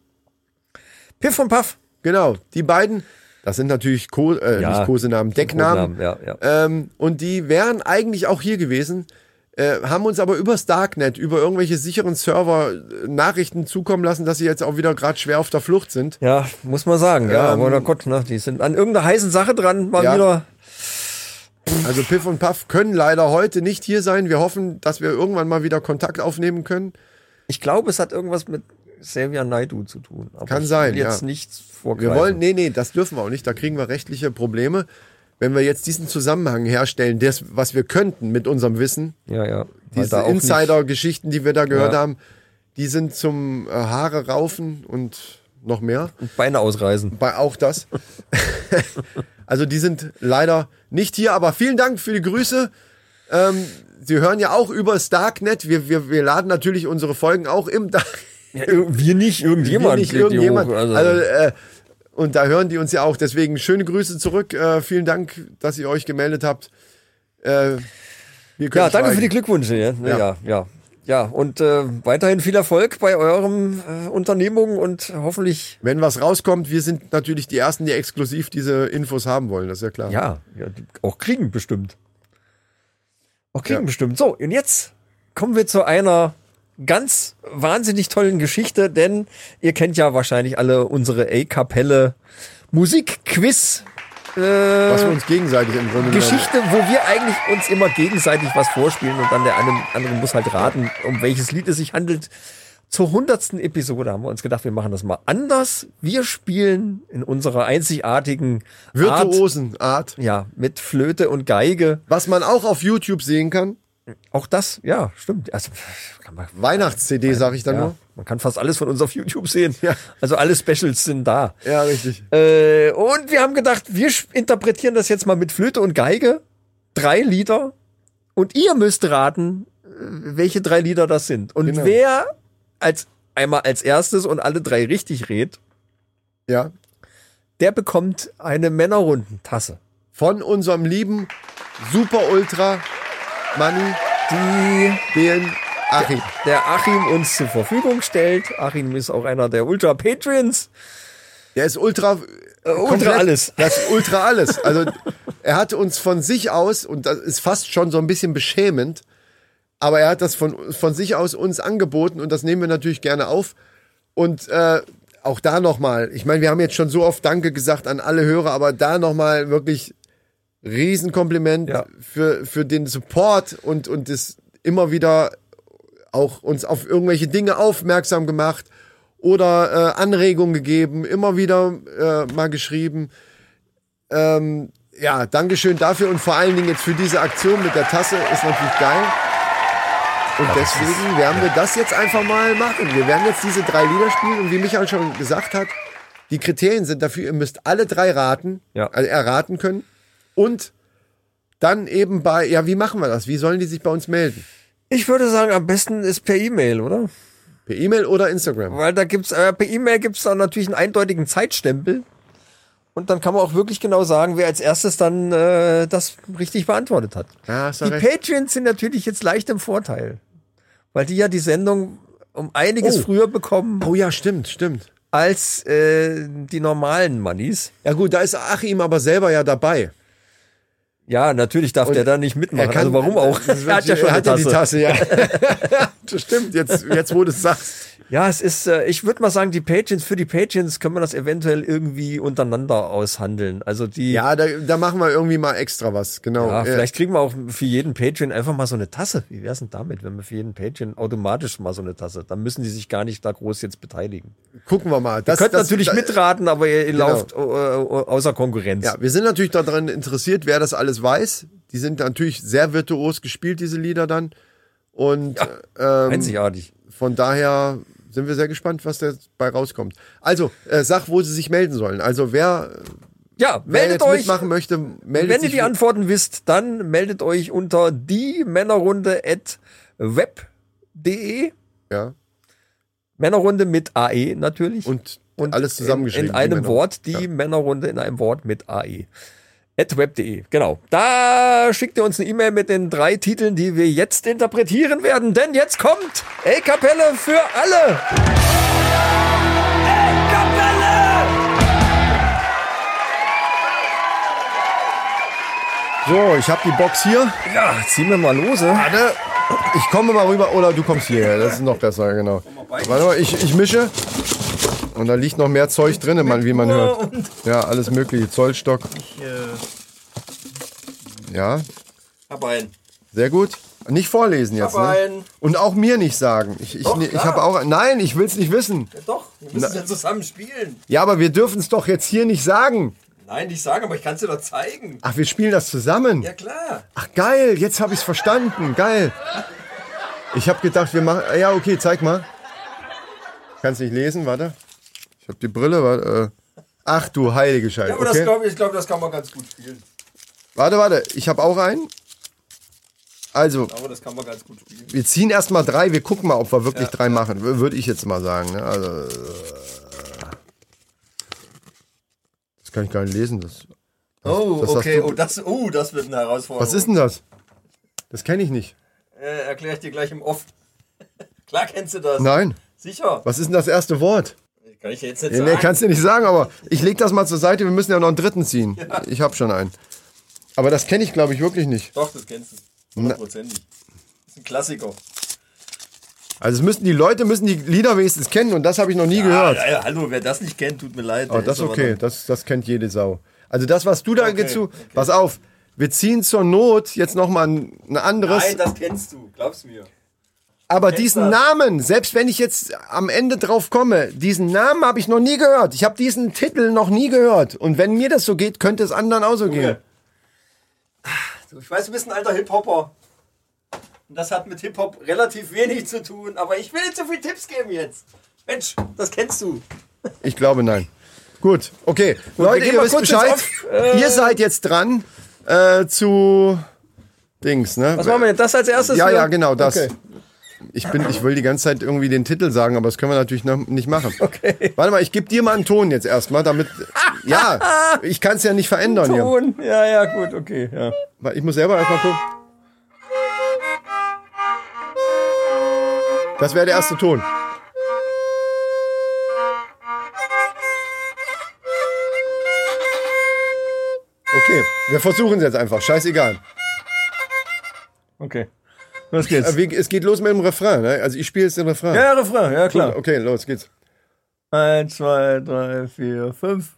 Piff und Puff.
genau, die beiden. Das sind natürlich Co äh,
Ja,
nicht Kosenamen, Decknamen.
Codenamen, Ja, ja.
Ähm, und die wären eigentlich auch hier gewesen, äh, haben uns aber übers Darknet, über irgendwelche sicheren Server äh, Nachrichten zukommen lassen, dass sie jetzt auch wieder gerade schwer auf der Flucht sind.
ja, muss man sagen. Ja, aber na Gott, na, die sind an irgendeiner heißen Sache dran, mal
Ähm, Ja.
wieder.
Also Piff und Puff können leider heute nicht hier sein. Wir hoffen, dass wir irgendwann mal wieder Kontakt aufnehmen können.
Ich glaube, es hat irgendwas mit Xavier Naidu zu tun. Aber
Kann
ich
sein,
will Jetzt
ja.
nichts vorgreifen.
Wir wollen, nee, nee, das dürfen wir auch nicht. Da kriegen wir rechtliche Probleme. Wenn wir jetzt diesen Zusammenhang herstellen, das, was wir könnten mit unserem Wissen,
ja, ja. Weil
diese
da auch nicht-
Insider-Geschichten, die wir da gehört
Ja.
haben, die sind zum äh, Haare raufen und noch mehr.
Beine ausreißen.
bei auch das. also die sind leider nicht hier, aber vielen Dank für die Grüße. Ähm, Sie hören ja auch über das Darknet. Wir, wir, wir laden natürlich unsere Folgen auch im Darknet.
wir nicht, irgendjemand.
nicht
lädt die
irgendjemand.
hoch,
Also,
also-
äh, und da hören die uns ja auch. Deswegen schöne Grüße zurück. Äh, vielen Dank, dass ihr euch gemeldet habt. Äh, wir können
Ja, danke
schweigen.
für die Glückwünsche. Ja, ja,
Ja.
ja. ja. und äh, weiterhin viel Erfolg bei eurem äh, Unternehmung und hoffentlich.
Wenn was rauskommt, wir sind natürlich die Ersten, die exklusiv diese Infos haben wollen. Das ist ja klar.
Ja, ja die auch kriegen bestimmt. Auch kriegen
Ja.
bestimmt. So, und jetzt kommen wir zu einer ganz wahnsinnig tollen Geschichte, denn ihr kennt ja wahrscheinlich alle unsere A-Kapelle Musikquiz. Äh,
Was wir uns gegenseitig im Grunde genommen-
Geschichte, wo wir eigentlich uns immer gegenseitig was vorspielen und dann der andere, andere muss halt raten, um welches Lied es sich handelt. Zur hundertsten Episode haben wir uns gedacht, wir machen das mal anders. Wir spielen in unserer einzigartigen Art,
Virtuosenart.
ja, mit Flöte und Geige.
Was man auch auf YouTube sehen kann,
Auch das, ja, stimmt. Also, kann man,
Weihnachts-CD, sag ich dann
ja,
nur.
man kann fast alles von uns auf YouTube sehen.
Ja.
Also alle Specials sind da.
Ja, richtig.
Äh, und wir haben gedacht, wir sch- interpretieren das jetzt mal mit Flöte und Geige. Drei Lieder. Und ihr müsst raten, äh, welche drei Lieder das sind. Und
Genau.
wer als einmal als erstes und alle drei richtig rät,
Ja.
der bekommt eine Männerrundentasse.
Von unserem lieben Super Ultra Manni,
Die
den Achim.
der Achim uns zur Verfügung stellt. Achim ist auch einer der Ultra-Patrons.
Der ist Ultra. äh,
Äh, Ultra
komplett-
alles.
Das ist Ultra alles. Also, er hat uns von sich aus, und das ist fast schon so ein bisschen beschämend, aber er hat das von, von sich aus uns angeboten und das nehmen wir natürlich gerne auf. Und äh, auch da nochmal, ich meine, wir haben jetzt schon so oft Danke gesagt an alle Hörer, aber da nochmal wirklich Riesenkompliment
Ja.
für, für den Support und, und das immer wieder auch uns auf irgendwelche Dinge aufmerksam gemacht oder äh, Anregungen gegeben, immer wieder äh, mal geschrieben. Ähm, ja, Dankeschön dafür und vor allen Dingen jetzt für diese Aktion mit der Tasse ist natürlich geil. Und deswegen werden wir das jetzt einfach mal machen. Wir werden jetzt diese drei Lieder spielen und wie Michael schon gesagt hat, die Kriterien sind dafür, ihr müsst alle drei raten,
Ja.
also erraten können und dann eben bei, ja, wie machen wir das? Wie sollen die sich bei uns melden?
Ich würde sagen, am besten ist per E-Mail, oder?
Per E-Mail oder Instagram.
Weil da gibt's, äh, per E-Mail gibt's dann natürlich einen eindeutigen Zeitstempel. Und dann kann man auch wirklich genau sagen, wer als erstes dann äh, das richtig beantwortet hat.
Ja, hast du
die
recht.
Patreons sind natürlich jetzt leicht im Vorteil. Weil die ja die Sendung um einiges
Oh.
früher bekommen
Oh ja, stimmt, stimmt.
als äh, die normalen Moneys.
Ja gut, da ist Achim aber selber ja dabei.
Ja, natürlich darf der da nicht mitmachen. also warum auch?
Er hat ja schon hat ja die Tasse, ja. das stimmt, jetzt, jetzt wo du es sagst.
Ja, es ist, äh, ich würde mal sagen, die Patrons, für die Patrons können wir das eventuell irgendwie untereinander aushandeln. Also die,
Ja, da, da machen wir irgendwie mal extra was, genau.
Ja,
Äh,
vielleicht kriegen wir auch für jeden Patreon einfach mal so eine Tasse. Wie wär's denn damit, wenn wir für jeden Patreon automatisch mal so eine Tasse? Dann müssen die sich gar nicht da groß jetzt beteiligen.
Gucken wir mal.
Ihr könnt natürlich
da- Genau.
mitraten, aber ihr, ihr lauft äh, äh, außer Konkurrenz.
Ja, wir sind natürlich daran interessiert, wer das alles weiß. Die sind natürlich sehr virtuos gespielt, diese Lieder dann. Und ähm,
Einzigartig.
von daher sind wir sehr gespannt, was dabei rauskommt. Also, äh, sag, wo sie sich melden sollen. Also, wer,
Ja,
wer jetzt
meldet euch.
mitmachen möchte, meldet
Wenn ihr
sich.
die Antworten wisst, dann meldet euch unter die Männerrunde at web.de.
ja.
Männerrunde mit AE natürlich.
Und, alles zusammengeschrieben.
In, in
die
einem
Männer.
Wort, die
Ja.
Männerrunde in einem Wort mit AE. At web.de, genau. Da schickt ihr uns eine E-Mail mit den drei Titeln, die wir jetzt interpretieren werden, denn jetzt kommt El Kapelle für alle.
So, ich habe die Box hier.
Ja, ziehen wir mal
eh.
lose.
Warte, Ne, ich komme mal rüber oder du kommst hierher. Das ist noch besser, genau. Warte mal, ich, ich mische. Und da liegt noch mehr Zeug drin, man, wie man hört. Ja, alles mögliche. Zollstock. Ja,
Hab einen.
sehr gut. Nicht vorlesen jetzt, ne?
ein.
Und auch mir nicht sagen. Ich, ich, ne- ich habe auch. Nein, ich will's nicht wissen.
Doch, wir müssen ja zusammen spielen.
Ja, aber wir dürfen es doch jetzt hier nicht sagen.
Nein, nicht sagen, aber ich kann es dir doch zeigen.
Ach, wir spielen das zusammen.
klar.
Ach geil, jetzt habe ich es verstanden. Geil. Ich habe gedacht, wir machen. ah, Ja, okay, zeig mal. Kannst nicht lesen, warte. Ich habe die Brille. Warte, äh. Ach du heilige Scheiße. Okay.
ich glaube, das kann man ganz gut spielen.
Warte, warte. Ich habe auch einen. Also,
Aber das kann man ganz gut spielen.
wir ziehen erst mal drei. Wir gucken mal, ob wir wirklich drei machen. Wür- Würde ich jetzt mal sagen. Ne? Also, äh. das kann ich gar nicht lesen. Das,
Oh,
Das hast
okay.
du-
Oh das, oh, das wird eine Herausforderung.
was ist denn das? Das kenne ich nicht.
Äh, Erkläre ich dir gleich im Off. Klar kennst du das.
Nein.
Sicher.
Was ist denn das erste Wort?
Kann ich dir jetzt nicht
Ja,
sagen.
nee, kannst du nicht sagen, aber ich leg das mal zur Seite. Wir müssen ja noch einen dritten ziehen. Ich habe schon einen. Aber das kenne ich, glaube ich, wirklich nicht.
Doch, das kennst du. Hundertprozentig. Das ist ein Klassiker.
Also es müssen die Leute müssen die Lieder wenigstens kennen und das habe ich noch nie
Ah,
gehört.
ja, ja, hallo, wer das nicht kennt, tut mir leid.
Oh,
Der
das ist
aber
okay.
dann-
Das, das kennt jede Sau. Also das, was du da dazu. Pass auf, wir ziehen zur Not jetzt nochmal ein, ein anderes.
Nein, das kennst du, glaub's mir.
aber diesen Namen, selbst wenn ich jetzt am Ende drauf komme, diesen Namen habe ich noch nie gehört. Ich habe diesen Titel noch nie gehört. Und wenn mir das so geht, könnte es anderen auch so gehen.
Du, Ich weiß, du bist ein alter Hip-Hopper. Und das hat mit Hip-Hop relativ wenig zu tun, aber ich will nicht so viele Tipps geben jetzt. Mensch, das kennst du.
Ich glaube nein. Gut, okay. Leute,
wir gehen
ihr
mal
wisst
kurz ins
Bescheid.
Off- äh,
ihr seid jetzt dran äh, zu Dings, ne?
Was machen wir denn? Das als erstes?
ja,
hier?
ja, genau das.
Okay.
Ich bin, ich will die ganze Zeit irgendwie den Titel sagen, aber das können wir natürlich noch nicht machen. Okay. Warte mal, ich gebe dir mal einen Ton jetzt erstmal, damit. Ja, ich kann es ja nicht verändern hier.
Ton. Ja, ja, gut, okay. Ja.
Warte, Ich muss selber erstmal gucken. Das wäre der erste Ton. Okay, wir versuchen es jetzt einfach. Scheißegal.
Okay. Los geht's.
Äh, wie- Es geht los mit dem Refrain. Ne? Also ich spiele jetzt den Refrain.
Ja, Refrain, ja klar.
Okay, los geht's.
Eins, zwei, drei, vier, fünf.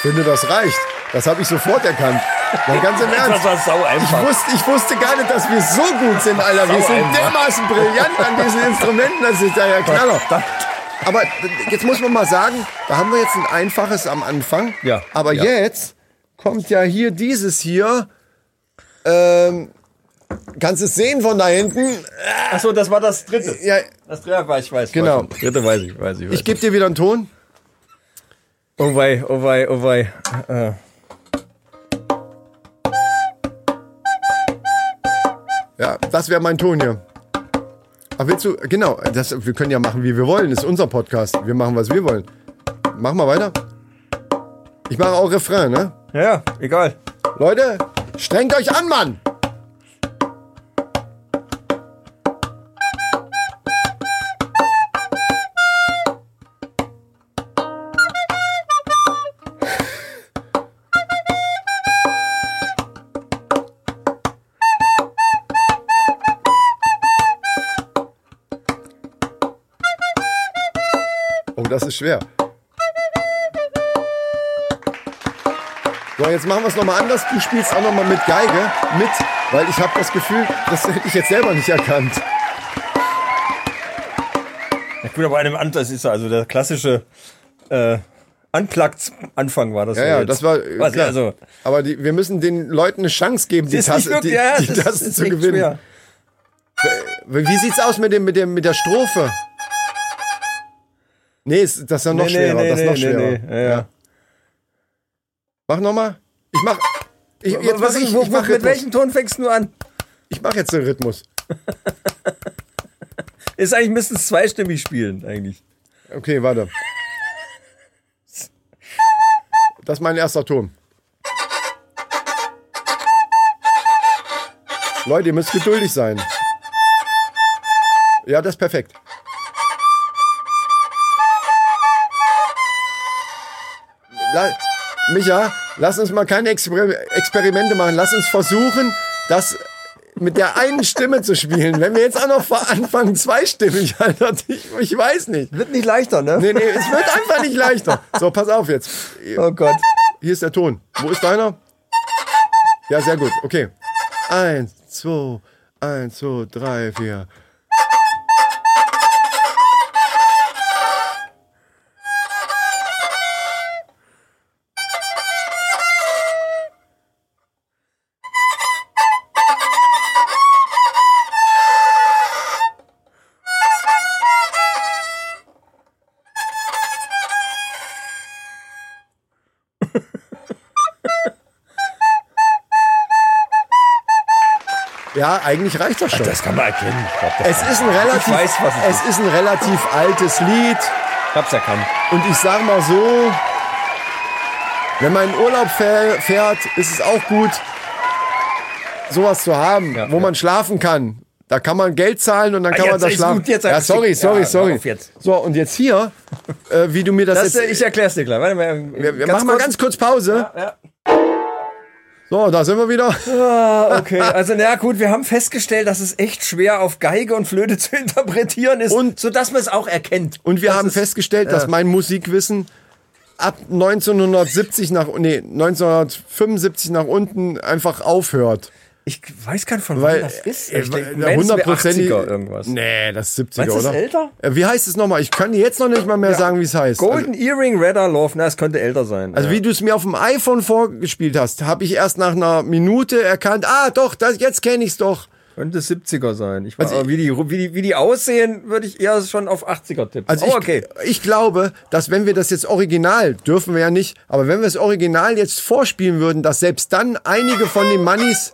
Finde, das reicht. Das habe ich sofort erkannt. Mal ganz im Ernst.
Das war sau
Ich
einfach.
wusste, ich wusste gar nicht, dass wir so gut sind, Alter. Wir
Sau
sind
einfach.
dermaßen brillant an diesen Instrumenten, das ist ja der Knaller. Aber jetzt muss man mal sagen, da haben wir jetzt ein einfaches am Anfang.
Ja.
Aber
Ja.
jetzt kommt ja hier dieses hier. Ähm, kannst es sehen von da hinten?
Achso, das war das dritte.
Ja,
Das dritte war, ich weiß.
Genau.
Weiß ich. dritte weiß ich, weiß ich. Weiß
ich gebe dir wieder einen Ton.
oh wei, oh wei, oh wei. Äh,
Ja, das wäre mein Ton hier. Aber willst du, genau, das, wir können ja machen, wie wir wollen. Das ist unser Podcast. Wir machen, was wir wollen. Mach mal weiter. Ich mache auch Refrain, ne?
ja, ja, egal.
Leute, strengt euch an, Mann! Oh, das ist schwer. So, jetzt machen wir es nochmal anders. Du spielst auch nochmal mit Geige mit, weil ich habe das Gefühl, das hätte ich jetzt selber nicht erkannt.
Ja, gut, aber bei einem Ant, das ist ja also der klassische äh, Anklagsanfang war das.
Ja, ja,
jetzt.
das war.
Was,
klar.
also,
Aber die, wir müssen den Leuten eine Chance geben, die
das ist nicht
Tasse,
wirklich,
die,
ja,
die
das ist-
Tasse
ist
zu
nicht
gewinnen.
schwer.
Wie sieht's aus mit, dem, mit, dem, mit der Strophe? Nee, ist, das ist ja noch
Nee, nee,
schwerer.
nee,
das ist noch
nee,
schwerer.
nee, nee, ja, ja.
Mach nochmal. Ich mach. Ich, jetzt mach
was,
ich,
wo-
ich mach
mit
Rhythmus.
welchem Ton fängst du an?
Ich mach jetzt den Rhythmus.
Ist eigentlich mindestens zweistimmig spielen, eigentlich.
Okay, warte. Das ist mein erster Ton. Leute, ihr müsst geduldig sein. Ja, das ist perfekt. La Micha, lass uns mal keine Exper Experimente machen. Lass uns versuchen, das mit der einen Stimme zu spielen. Wenn wir jetzt auch noch ver- anfangen, zweistimmig, Alter, ich, ich weiß nicht.
Wird nicht leichter, ne?
Nee, nee, es wird einfach nicht leichter. So, pass auf jetzt.
Oh Gott.
Hier ist der Ton. Wo ist deiner? Ja, sehr gut. Okay. Eins, zwei, eins, zwei, drei, vier. Ja, eigentlich reicht das schon.
Das kann man erkennen. Ich glaub, das
es ist ein relativ,
Ich weiß, was es
es ist ein relativ altes Lied.
Hab's erkannt.
Und ich sag mal so, wenn man in Urlaub fäh- fährt, ist es auch gut, sowas zu haben,
Ja,
wo
ja.
man schlafen kann. Da kann man Geld zahlen und dann
Ah,
kann man
jetzt
da
ist
schlafen.
gut, jetzt
ja,
hab ich-
sorry, sorry,
Ja,
sorry.
hör auf jetzt.
So, und jetzt hier, äh, wie du mir das,
Das, äh,
jetzt...
ich erklär's dir gleich. Warte mal.
wir wir machen mal ganz kurz Pause.
Ja,
So, da sind wir wieder.
ja. Okay, also na ja, gut, wir haben festgestellt, dass es echt schwer auf Geige und Flöte zu interpretieren ist,
Und-
sodass man es auch erkennt.
Und wir
Das
haben
ist-
festgestellt, dass mein Musikwissen ab 1970 nach... Nee, 1975 nach unten einfach aufhört.
Ich weiß gar nicht, von
Weil,
wann das ist.
äh,
Ich
äh,
denk, Mensch, wäre 80er
hundertprozentig-
irgendwas.
Nee, das ist 70er,
Meinst du, das
oder?
ist älter?
Äh, Wie heißt es nochmal? Ich kann jetzt noch nicht mal mehr sagen, wie es heißt.
Golden Earring, Redder Love, na, es könnte älter sein.
Also, also wie du es mir auf dem iPhone vorgespielt hast, habe ich erst nach einer Minute erkannt, ah doch, das, jetzt kenne ich's doch.
Könnte 70er sein. Ich weiß,
Also
aber wie die, wie, die, wie die aussehen, würde ich eher schon auf 80er tippen.
Also
Aber
ich,
Oh, okay.
ich glaube, dass wenn wir das jetzt original, dürfen wir ja nicht, aber wenn wir das Original jetzt vorspielen würden, dass selbst dann einige von den Mannis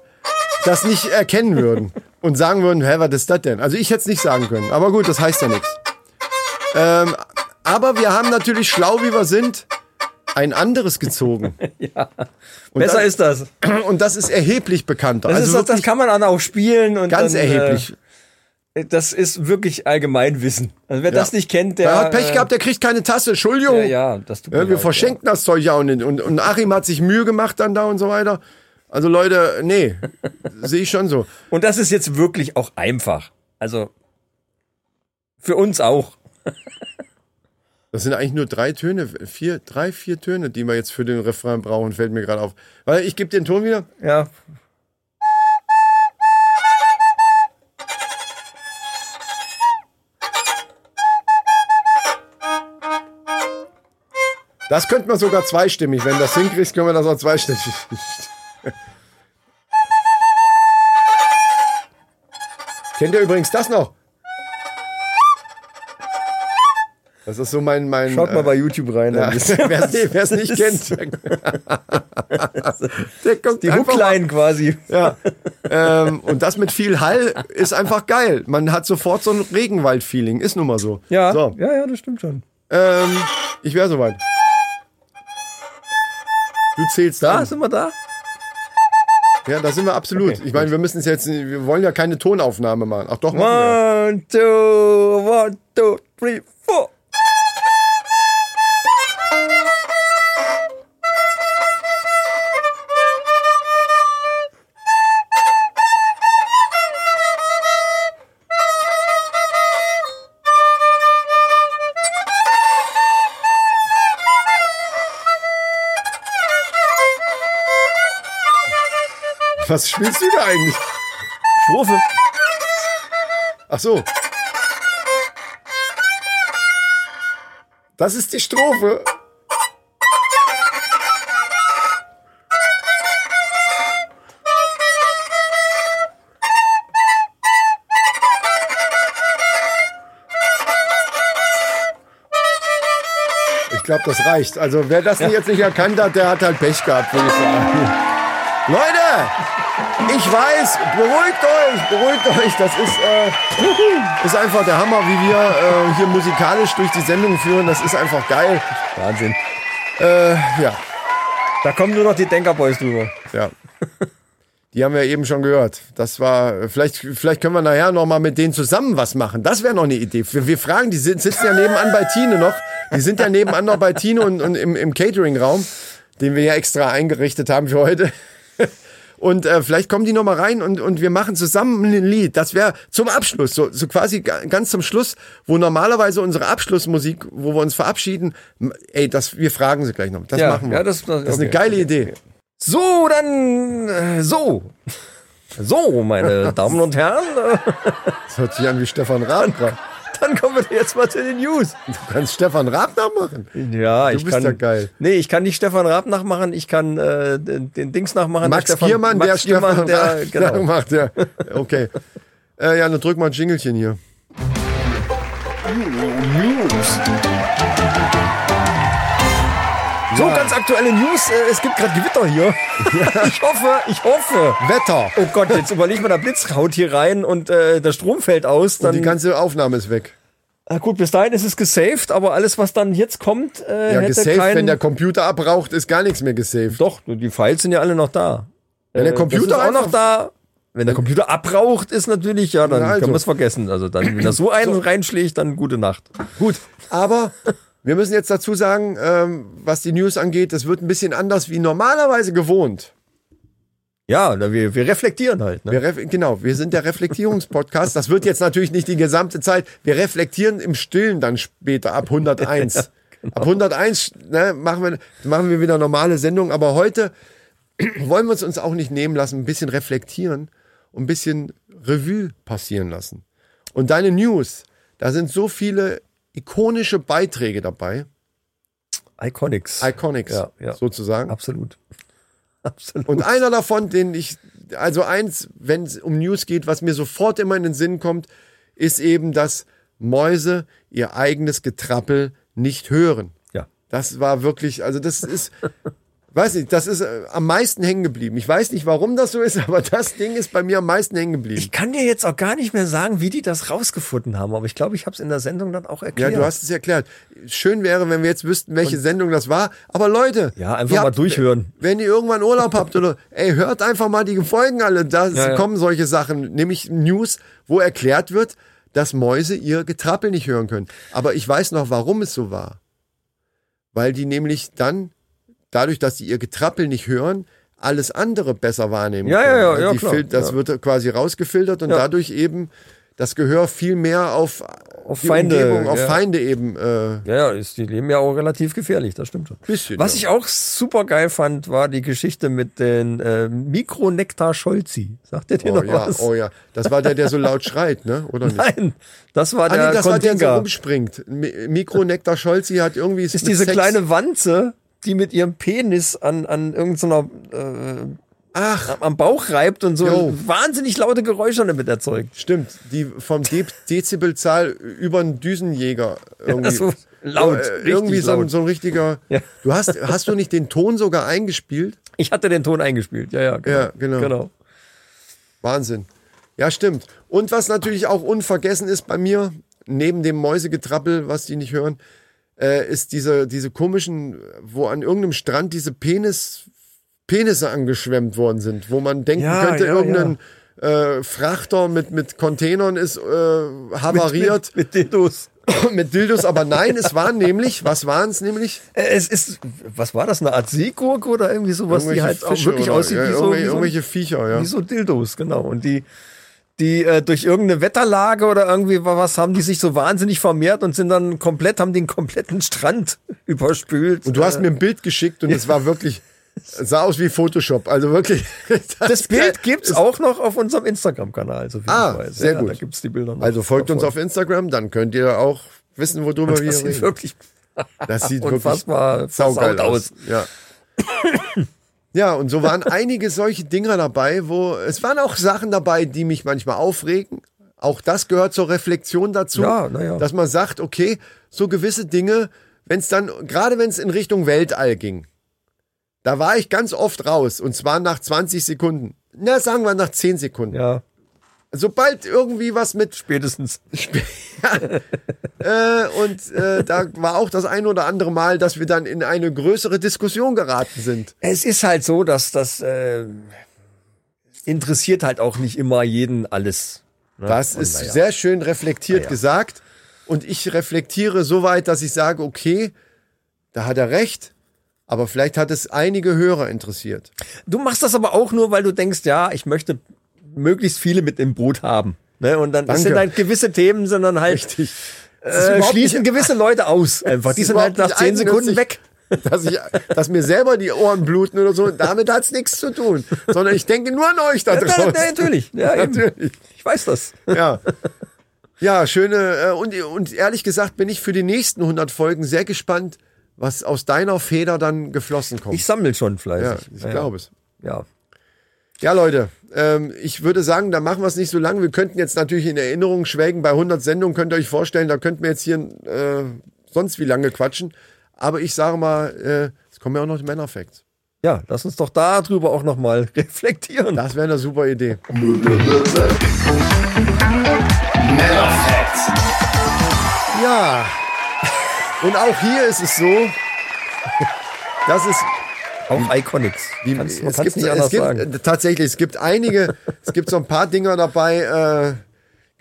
das nicht erkennen würden und sagen würden, hä, was ist das denn? Also ich hätte es nicht sagen können, aber gut, das heißt ja nichts. Ähm, aber wir haben natürlich, schlau wie wir sind, ein anderes gezogen.
Besser
dann-
ist das. Das,
Und das ist erheblich bekannter. Also
ist, das, das
wirklich
kann man dann auch spielen. Und
ganz
dann,
erheblich.
Äh, das ist wirklich Allgemeinwissen. Also wer das nicht kennt, der...
Wer hat Pech
äh,
gehabt, der kriegt keine Tasse. Entschuldigung.
Ja, ja, das tut mir
Ja, wir
leid,
verschenken das Zeug ja auch nicht. Und, und Achim hat sich Mühe gemacht dann da und so weiter. Also Leute, nee, sehe ich schon so.
Ja. Und das ist jetzt wirklich auch einfach. Also für uns auch.
Das sind eigentlich nur drei Töne, vier, drei, vier Töne, die wir jetzt für den Refrain brauchen, fällt mir gerade auf. Weil ich gebe den Ton wieder.
Ja.
Das könnte man sogar zweistimmig. Wenn du das hinkriegst, können wir das auch zweistimmig. Kennt ihr übrigens das noch? Das ist so mein. mein
Schaut mal bei YouTube rein.
Ja,
dann wisst ihr, was
Wer es nicht
das
kennt,
Hm, äh, ist.
der kommt
Die
einfach
Hookline quasi.
Ja. ähm, und das mit viel Hall ist einfach geil. Man hat sofort so ein Regenwald-Feeling. Ist nun mal so.
Ja,
So,
ja, ja, das stimmt schon.
ähm, ich wäre soweit. Du zählst
Da
an.
Ah, sind wir da.
Ja, da sind wir absolut. ich meine, wir müssen es jetzt, wir wollen ja keine Tonaufnahme machen. Ach doch, machen wir.
One, two, one, two, three, four.
Was spielst du da eigentlich?
Strophe.
Ach so. Das ist die Strophe. Ich glaube, das reicht. Also wer das jetzt nicht erkannt hat, der hat halt Pech gehabt, würde ich sagen. Leute, ich weiß, beruhigt euch, beruhigt euch. Das ist, äh, ist einfach der Hammer, wie wir äh, hier musikalisch durch die Sendung führen. Das ist einfach geil.
Wahnsinn.
Ja,
Da kommen nur noch die Denkerboys drüber.
ja. Die haben wir eben schon gehört. Das war, vielleicht, vielleicht können wir nachher noch mal mit denen zusammen was machen. Das wäre noch eine Idee. Wir, wir fragen, die sind, sitzen ja nebenan bei Tine noch. Die sind ja nebenan noch bei Tine und, und im, im Catering-Raum, den wir ja extra eingerichtet haben für heute. Und äh, vielleicht kommen die noch mal rein und, und wir machen zusammen ein Lied. Das wäre zum Abschluss, so, so quasi ga- ganz zum Schluss, wo normalerweise unsere Abschlussmusik, wo wir uns verabschieden, m- ey, das, wir fragen sie gleich noch. Das
Ja,
machen wir.
ja, das- das-
das ist eine
okay,
geile Idee.
So, dann äh, so. So, meine Damen und Herren, äh,
Das hört sich an wie Stefan Radner.
dann kommen wir jetzt mal zu den News.
Du kannst Stefan Radner machen.
Ja,
Du
ich
bist
kann.
ja geil.
Nee, ich kann nicht Stefan Raab nachmachen, ich kann äh, den, den Dings nachmachen.
Max
der Stefan,
Giermann,
Max
der Stefan
Giermann, der,
Radner
genau.
macht, ja. Okay. Äh, ja, dann drück mal ein Jingelchen hier.
So, ganz aktuelle News. Äh, es gibt gerade Gewitter hier. Ich hoffe, ich hoffe.
Wetter.
Oh Gott, jetzt überleg mal, der Blitz haut hier rein und äh, der Strom fällt aus.
Und
Dann,
die ganze Aufnahme ist weg.
Ah, gut, bis dahin ist es gesaved, aber alles, was dann jetzt kommt, äh,
Ja,
hätte
gesaved,
keinen...
wenn der Computer abraucht, ist gar nichts mehr gesaved.
Doch, die Files sind ja alle noch da.
Wenn der
Äh,
Computer
das ist auch noch
einfach-
da. Wenn der Computer abraucht, ist natürlich, ja, dann
Na, also.
können wir es vergessen. Also dann, wenn er so einen reinschlägt, dann gute Nacht.
Gut, aber wir müssen jetzt dazu sagen, ähm, was die News angeht, das wird ein bisschen anders wie normalerweise gewohnt.
Ja, na, wir, wir reflektieren halt. Ne?
Wir ref- genau, wir sind der Reflektierungspodcast. Das wird jetzt natürlich nicht die gesamte Zeit. Wir reflektieren im Stillen dann später ab 101. Ab 101 ne, machen, wir, machen wir wieder normale Sendung. Aber heute wollen wir es uns auch nicht nehmen lassen, ein bisschen reflektieren und ein bisschen Revue passieren lassen. Und deine News, da sind so viele ikonische Beiträge dabei,
Iconics.
Iconics
Ja, ja.
sozusagen.
Absolut. Absolut.
Und einer davon, den ich, also eins, wenn es um News geht, was mir sofort immer in den Sinn kommt, ist eben, dass Mäuse ihr eigenes Getrappel nicht hören.
ja.
Das war wirklich, also das ist, weiß nicht, das ist äh, am meisten hängen geblieben. Ich weiß nicht, warum das so ist, aber das Ding ist bei mir am meisten hängen geblieben.
Ich kann dir jetzt auch gar nicht mehr sagen, wie die das rausgefunden haben, aber ich glaube, ich habe es in der Sendung dann auch
Ja,
erklärt.
du hast es erklärt. Schön wäre, wenn wir jetzt wüssten, welche Sendung das war. Aber Leute,
Ja, einfach
ihr
mal durchhören.
Wenn ihr irgendwann Urlaub habt oder ey, hört einfach mal die Folgen alle. Da
ja.
kommen solche Sachen, nämlich News, wo erklärt wird, dass Mäuse ihr Getrappel nicht hören können. Aber ich weiß noch, warum es so war. Weil die nämlich dann, dadurch, dass sie ihr Getrappel nicht hören, alles andere besser wahrnehmen
Ja, ja,
können.
ja,
Also
ja,
die
klar,
Fil- das
ja.
wird quasi rausgefiltert und dadurch eben das Gehör viel mehr auf,
Auf
die
Feinde,
Umgebung, auf
ja.
Feinde eben. Äh,
Ja, ja, ist, die leben ja auch relativ gefährlich, das stimmt schon.
Bisschen,
Was
ja.
ich auch super geil fand, war die Geschichte mit den äh, Mikronektar Scholzi. Sagt ihr dir
oh
noch
ja,
was?
oh ja. Das war der, der so laut schreit, ne? Oder nicht?
Genau. Nein, das war
Ah,
der
nee, das war der, der so
Kontinga.
rumspringt. Mi- Mikronektar Scholzi hat irgendwie
ist diese kleine Wanze, die mit ihrem Penis an, an irgendeiner äh,
Ach,
am Bauch reibt und so
Jo.
wahnsinnig laute Geräusche damit erzeugt.
stimmt. Die vom De Dezibelzahl über einen Düsenjäger irgendwie.
so laut,
Äh,
richtig
irgendwie so, ein-
laut.
so ein richtiger.
Ja.
Du hast, hast du nicht den Ton sogar eingespielt?
Ich hatte den Ton eingespielt, ja, ja.
Ja, genau.
genau.
Wahnsinn. Ja, stimmt. Und was natürlich auch unvergessen ist bei mir, neben dem Mäusegetrappel, was die nicht hören, äh, ist diese, diese komischen, wo an irgendeinem Strand diese Penis, Penisse angeschwemmt worden sind, wo man denken
Ja,
könnte,
ja,
irgendein Äh, Frachter mit, mit Containern ist äh, havariert
Mit, mit Dildos.
mit, Dildos, aber nein, es waren nämlich, was waren es nämlich?
Äh, Es ist, was war das, eine Art Seegurke oder irgendwie sowas, die
Irgendwelche
halt auch
Fische
wirklich
oder-
aussieht
ja,
wie, so,
irgendwelche,
wie, so,
irgendwelche Viecher, Oh ja.
wie so Dildos, genau. Und die, die äh, durch irgendeine Wetterlage oder irgendwie wa- was haben die sich so wahnsinnig vermehrt und sind dann komplett, haben den kompletten Strand überspült. Äh,
Und du hast mir ein Bild geschickt und es war wirklich, sah aus wie Photoshop. Also wirklich.
das Bild gibt's auch noch auf unserem Instagram-Kanal, so viel
Ah,
ich weiß.
sehr
ja,
gut.
Da gibt's die Bilder noch.
Also folgt uns
davon.
auf Instagram, dann könnt ihr auch wissen, worüber wir
Das sieht
reden.
wirklich
Das sieht
unfassbar
saugeil
versaut
aus.
aus.
Ja. ja, und so waren einige solche Dinger dabei, wo es waren auch Sachen dabei, die mich manchmal aufregen. Auch das gehört zur Reflexion dazu,
Ja, na ja.
dass man sagt, okay, so gewisse Dinge, wenn es dann, gerade wenn es in Richtung Weltall ging, da war ich ganz oft raus und zwar nach 20 Sekunden. Na, sagen wir nach 10 Sekunden.
Ja,
Sobald irgendwie was mit
spätestens.
Äh, und äh, da war auch das ein oder andere Mal, dass wir dann in eine größere Diskussion geraten sind.
Es ist halt so, dass das äh, interessiert halt auch nicht immer jeden alles. ne?
Das
Und
ist
naja.
sehr schön reflektiert
Naja.
gesagt. Und ich reflektiere so weit, dass ich sage, okay, da hat er recht, aber vielleicht hat es einige Hörer interessiert.
Du machst das aber auch nur, weil du denkst, ja, ich möchte möglichst viele mit im Boot haben. Ne? Und dann
Danke.
sind halt gewisse Themen, sondern halt
ist
äh,
überhaupt
schließen
nicht- Äh,
gewisse Leute aus einfach. Die
ist
sind halt nach
überhaupt
zehn
nicht
Sekunden weg.
Dass, ich, dass mir selber die Ohren bluten oder so, damit hat's nichts zu tun. Sondern ich denke nur an euch da
Ja, na,
draußen.
na, natürlich. Ja, eben.
Also Natürlich.
Ich weiß das.
Ja. Ja, schöne. Äh, und, und ehrlich gesagt bin ich für die nächsten 100 Folgen sehr gespannt, was aus deiner Feder dann geflossen kommt.
Ich sammle schon
ja,
fleißig.
ich
Ja,
glaube es.
Ja.
Ja, Leute, ähm, ich würde sagen, da machen wir es nicht so lang. Wir könnten jetzt natürlich in Erinnerung schwelgen. Bei 100 Sendungen könnt ihr euch vorstellen, da könnten wir jetzt hier äh, sonst wie lange quatschen. Aber ich sage mal, äh, es kommen ja auch noch die Männerfacts.
ja, lass uns doch darüber auch nochmal reflektieren.
Das wäre eine super Idee. Ja. Und auch hier ist es so, dass es
Auch Iconics.
Die,
Kannst- man
es
kann's
gibt,
nicht
es
anders
gibt
sagen.
äh, tatsächlich, es gibt einige, es gibt so ein paar Dinger dabei, äh,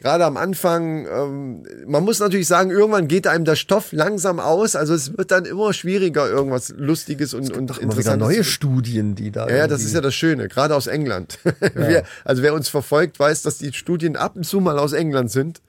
gerade am Anfang, ähm, man muss natürlich sagen, irgendwann geht einem der Stoff langsam aus, also es wird dann immer schwieriger, irgendwas Lustiges und, und
Immer wieder
Interessantes.
neue Studien, die da.
ja, ja, das
irgendwie-
ist ja das Schöne, gerade aus England. Wer, also wer uns verfolgt, weiß, dass die Studien ab und zu mal aus England sind.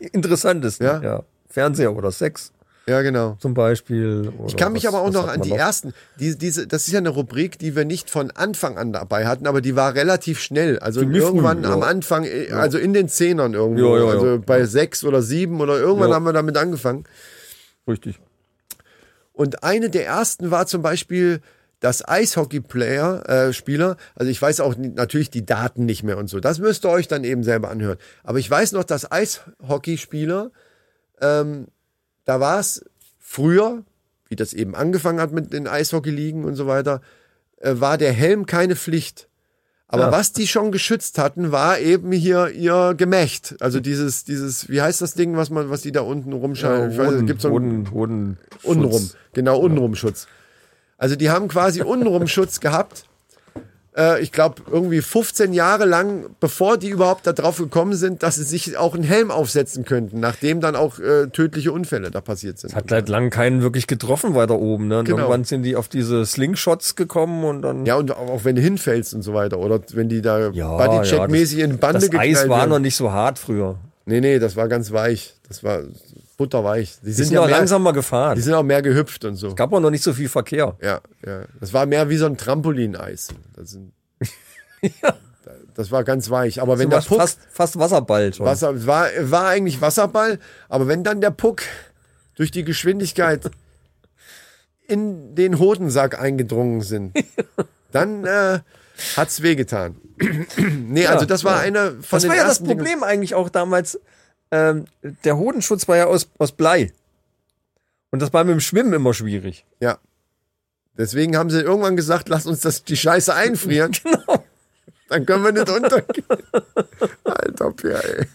die interessantesten.
Ja.
Ja. Fernseher oder Sex
Ja, genau.
zum Beispiel.
Ich kann mich aber auch noch an die ersten, die, diese, das ist ja eine Rubrik, die wir nicht von Anfang an dabei hatten, aber die war relativ schnell. Also
Ziemlich früh,
irgendwann
ja.
am Anfang, äh, also in den Zehnern irgendwo,
Ja, ja, ja.
also bei sechs oder sieben oder irgendwann
Ja.
haben wir damit angefangen.
Richtig.
Und eine der ersten war zum Beispiel das Eishockey-Player, äh, Spieler, also ich weiß auch ni- natürlich die Daten nicht mehr und so. Das müsst ihr euch dann eben selber anhören. Aber ich weiß noch, dass Eishockeyspieler, ähm, da war es früher, wie das eben angefangen hat mit den Eishockey-Ligen und so weiter, äh, war der Helm keine Pflicht. Aber was die schon geschützt hatten, war eben hier ihr Gemächt. Also
Hm.
dieses, dieses, wie heißt das Ding, was man, was die da unten rumschalten? ich weiß, es gibt Äh, so ein
Hoden, Hoden,
Unrum,
Schutz.
genau, Unrumschutz. Also die haben quasi Unrumschutz gehabt. Äh, ich glaube, irgendwie 15 Jahre lang, bevor die überhaupt darauf gekommen sind, dass sie sich auch einen Helm aufsetzen könnten, nachdem dann auch äh, tödliche Unfälle da passiert sind.
Hat seit langem keinen wirklich getroffen weiter oben. Ne? Und
Genau.
Irgendwann sind die auf diese Slingshots gekommen und dann.
Ja, und auch- auch wenn du hinfällst und so weiter. Oder wenn die da
Ja,
Bodycheck-mäßig
ja,
in Bande
Das, das
geknallt
Eis war
werden.
noch nicht so hart früher.
Nee, nee, das war ganz weich. Das war butterweich. Die
Die
sind,
sind
ja
ja
mehr,
langsam mal
Die
gefahren.
sind auch mehr gehüpft und so.
Gab auch noch nicht so viel Verkehr.
Ja, ja. Das war mehr wie so ein Trampolineis. Das, sind, das war ganz weich. Aber wenn der
Das
Puck.
fast, fast Wasserball schon.
Wasser, war, war eigentlich Wasserball, aber wenn dann der Puck durch die Geschwindigkeit in den Hodensack eingedrungen sind, dann äh, hat's wehgetan. nee, also das war einer von
Das
den
war ja das
ersten Dingen-
Problem eigentlich auch damals. Ähm, der Hodenschutz war ja aus, aus Blei. Und das war mit dem Schwimmen immer schwierig.
Ja. Deswegen haben sie irgendwann gesagt, lass uns das, die Scheiße einfrieren. Genau. Dann können wir nicht untergehen. Alter, Pierre, ey.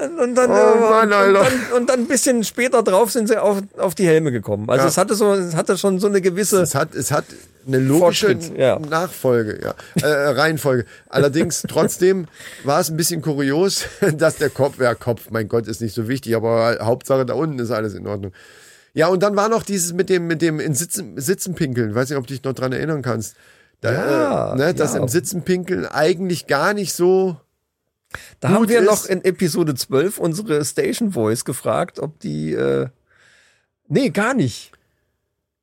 Und, und dann,
Oh
äh,
Mann,
und,
Alter.
Und, dann, und dann ein bisschen später drauf sind sie auf, auf die Helme gekommen. Also
Ja.
es, hatte so, es hatte schon so eine gewisse.
Es hat, es hat eine logische
Fortschritt, ja.
Nachfolge, ja. Äh, Reihenfolge. Allerdings, trotzdem war es ein bisschen kurios, dass der Kopf, ja, Kopf, mein Gott, ist nicht so wichtig, aber Hauptsache da unten ist alles in Ordnung. Ja, und dann war noch dieses mit dem, mit dem in Sitzen, Sitzen pinkeln. Weiß nicht, ob du dich noch dran erinnern kannst. Da,
Ja,
äh, ne, Dass
ja.
im Sitzen pinkeln eigentlich gar nicht so
Da haben
gut
wir
ist-
noch in Episode 12 unsere Station Voice gefragt, ob die. Äh, nee, gar nicht.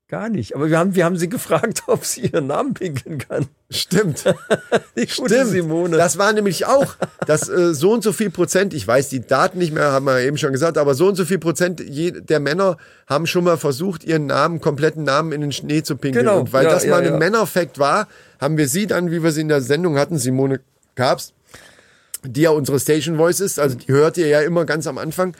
Gar nicht. Aber wir haben, wir haben sie gefragt, ob sie ihren Namen pinkeln kann.
stimmt.
Die gute
Stimmt.
Simone.
Das war nämlich auch, dass äh, so und so viel Prozent, ich weiß die Daten nicht mehr, haben wir eben schon gesagt, aber so und so viel Prozent je, der Männer haben schon mal versucht, ihren Namen, kompletten Namen in den Schnee zu pinkeln.
Genau,
Und weil
ja,
das
ja,
mal ein
ja.
Männerfact war, haben wir sie dann, wie wir sie in der Sendung hatten, Simone Kapst, die ja unsere Station Voice ist, also die hört ihr ja immer ganz am Anfang.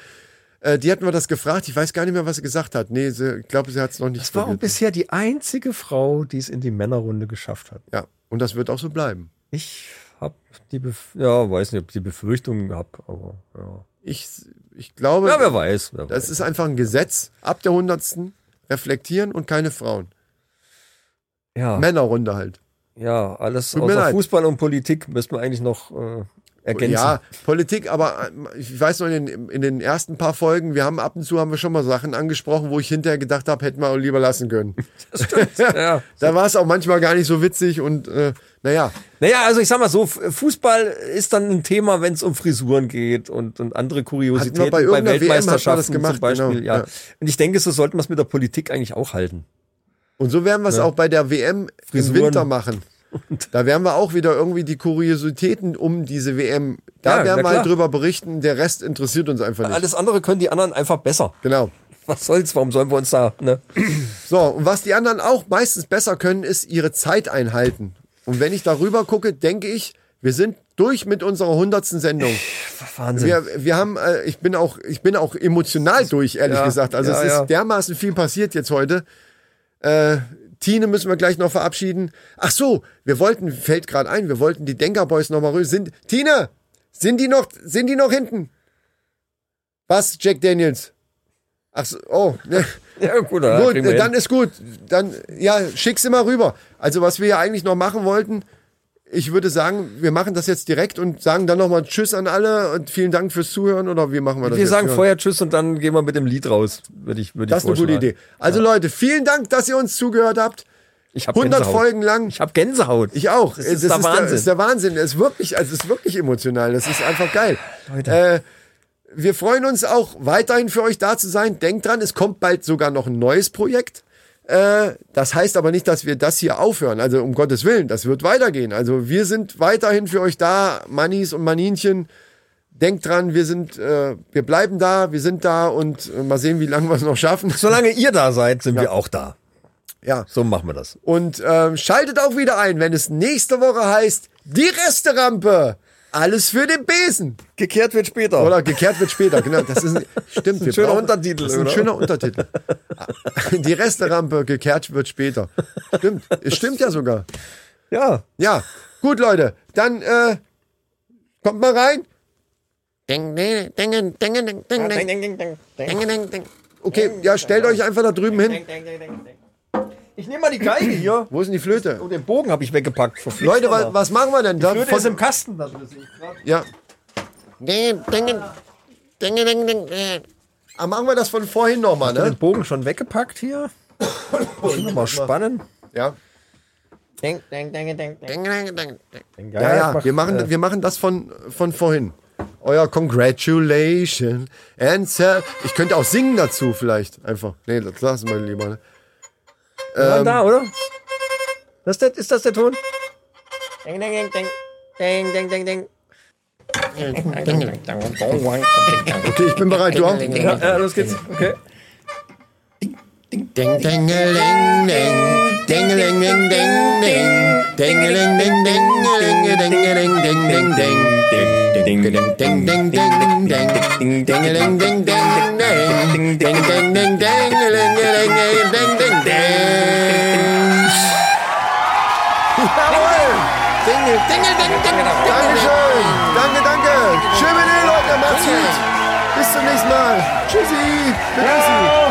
Äh, die hatten wir das gefragt, ich weiß gar nicht mehr, was sie gesagt hat. Nee, sie, ich glaube, sie hat es noch nicht
Das war auch
probiert.
bisher die einzige Frau, die es in die Männerrunde geschafft hat.
Ja, und das wird auch so bleiben.
Ich habe die Bef ja, weiß nicht, ob ich die Befürchtungen hab, aber ja.
Ich, ich glaube.
ja wer weiß. Wer
Das
weiß.
ist einfach ein Gesetz. Ab der 100. reflektieren und keine Frauen.
Ja,
Männerrunde halt.
ja, alles
Tut mir
außer
leid.
Fußball und Politik müssten wir eigentlich noch äh, ergänzen.
Ja, Politik, aber äh, ich weiß noch, in den, in den ersten paar Folgen, wir haben ab und zu haben wir schon mal Sachen angesprochen, wo ich hinterher gedacht habe, hätten wir auch lieber lassen können.
ja.
Da war es auch manchmal gar nicht so witzig und äh, naja,
Naja, also ich sag mal so, F- Fußball ist dann ein Thema, wenn es um Frisuren geht und, und andere Kuriositäten
Hatten wir bei irgendeiner WM hat man
Weltmeisterschaften
das gemacht,
zum Beispiel.
genau,
ja.
ja.
Und ich denke, so sollten wir es mit der Politik eigentlich auch halten.
Und so werden wir es auch bei der WM
Frisuren.
im Winter machen. Da werden wir auch wieder irgendwie die Kuriositäten um diese WM. Da
Ja,
werden
na
wir
klar.
halt drüber berichten. Der Rest interessiert uns einfach nicht.
Alles andere können die anderen einfach besser.
Genau.
Was soll's, warum sollen wir uns da, ne?
So, und was die anderen auch meistens besser können, ist ihre Zeit einhalten. Und wenn ich darüber gucke, denke ich, wir sind durch mit unserer hundertsten Sendung.
Wahnsinn.
Wir, wir haben, äh, ich bin auch, ich bin auch emotional durch, ehrlich
Ja,
gesagt. Also
ja,
es ist
ja.
dermaßen viel passiert jetzt heute. Äh, Tine müssen wir gleich noch verabschieden. Ach so, wir wollten, fällt gerade ein, wir wollten die Denkerboys nochmal rüber. Sind, Tine, sind die noch, sind die noch hinten? Was, Jack Daniels? Ach so, oh, ne.
ja, gut, dann
Gut, äh,
kriegen wir
dann
hin.
ist gut. Dann, ja, schick's immer rüber. Also, was wir ja eigentlich noch machen wollten, ich würde sagen, wir machen das jetzt direkt und sagen dann nochmal Tschüss an alle und vielen Dank fürs Zuhören oder wie machen wir das
Wir
jetzt?
sagen
Ja.
vorher Tschüss und dann gehen wir mit dem Lied raus, würde ich, würde ich
Das ist eine gute
vorschlagen.
Idee. Also, Leute, vielen Dank, dass ihr uns zugehört habt.
Ich hab
100
Gänsehaut.
Folgen lang.
Ich habe Gänsehaut.
Ich auch.
Das ist der Wahnsinn.
ist der Wahnsinn. Es ist wirklich, also es ist wirklich emotional. Das ist einfach geil. Äh, wir freuen uns auch weiterhin für euch da zu sein. Denkt dran, es kommt bald sogar noch ein neues Projekt. Äh, das heißt aber nicht, dass wir das hier aufhören. Also um Gottes Willen, das wird weitergehen. Also wir sind weiterhin für euch da, Mannis und Maninchen. Denkt dran, wir sind, äh, wir bleiben da, wir sind da und äh, mal sehen, wie lange wir es noch schaffen.
Solange ihr da seid, sind wir auch da.
Ja.
So machen wir das.
Und ähm, schaltet auch wieder ein, wenn es nächste Woche heißt, die Resterampe. Alles für den Besen.
Gekehrt wird später.
Oder gekehrt wird später, genau. Das ist ein, stimmt, wir
schöner Untertitel,
Das ist ein
oder?
schöner Untertitel. Die Resterampe, gekehrt wird später. Stimmt. Es stimmt ja sogar.
ja.
Ja. Gut, Leute. Dann äh, kommt mal rein. Okay, ja, stellt
Genau.
euch einfach da drüben hin.
Ich nehme mal die Geige hier.
Wo ist denn die Flöte?
Und den Bogen habe ich weggepackt. Verflixt
Leute,
aber.
was, was machen wir denn da?
Flöte
Von-
ist im Kasten. Das ist
ja.
Ding,
Ah, machen wir das von vorhin nochmal, ne?
den Bogen schon weggepackt hier. Ähm, Muss ich noch mal spannen.
Ja.
ding, ding, ding.
Ja, ja, wir machen, wir machen das von, von vorhin. euer Congratulation and Sir. Ich könnte auch singen dazu vielleicht. Einfach. Nee, das lassen wir lieber. Ne?
War da, oder? Das, ist der- ist das der Ton?
Okay, ich bin bereit. Du auch?
Ja, ja, los geht's. Okay.
Ding, dingeling, ding, dingeling, ding, ding, ding, dingeling, ding, ding, dingeling, ding, ding, ding, ding, ding, ding, ding, ding, ding, dingeling, ding, ding, ding, ding, ding, ding, dingeling, ding, ding, ding, ding, ding.
Jawohl!
Dingel, dingel, ding, ding, ding, ding.
Dankeschön. Danke, danke. Schön mit Ihnen, Leute. Macht's gut. Bis zum nächsten Mal. Tschüssi. Tschüssi.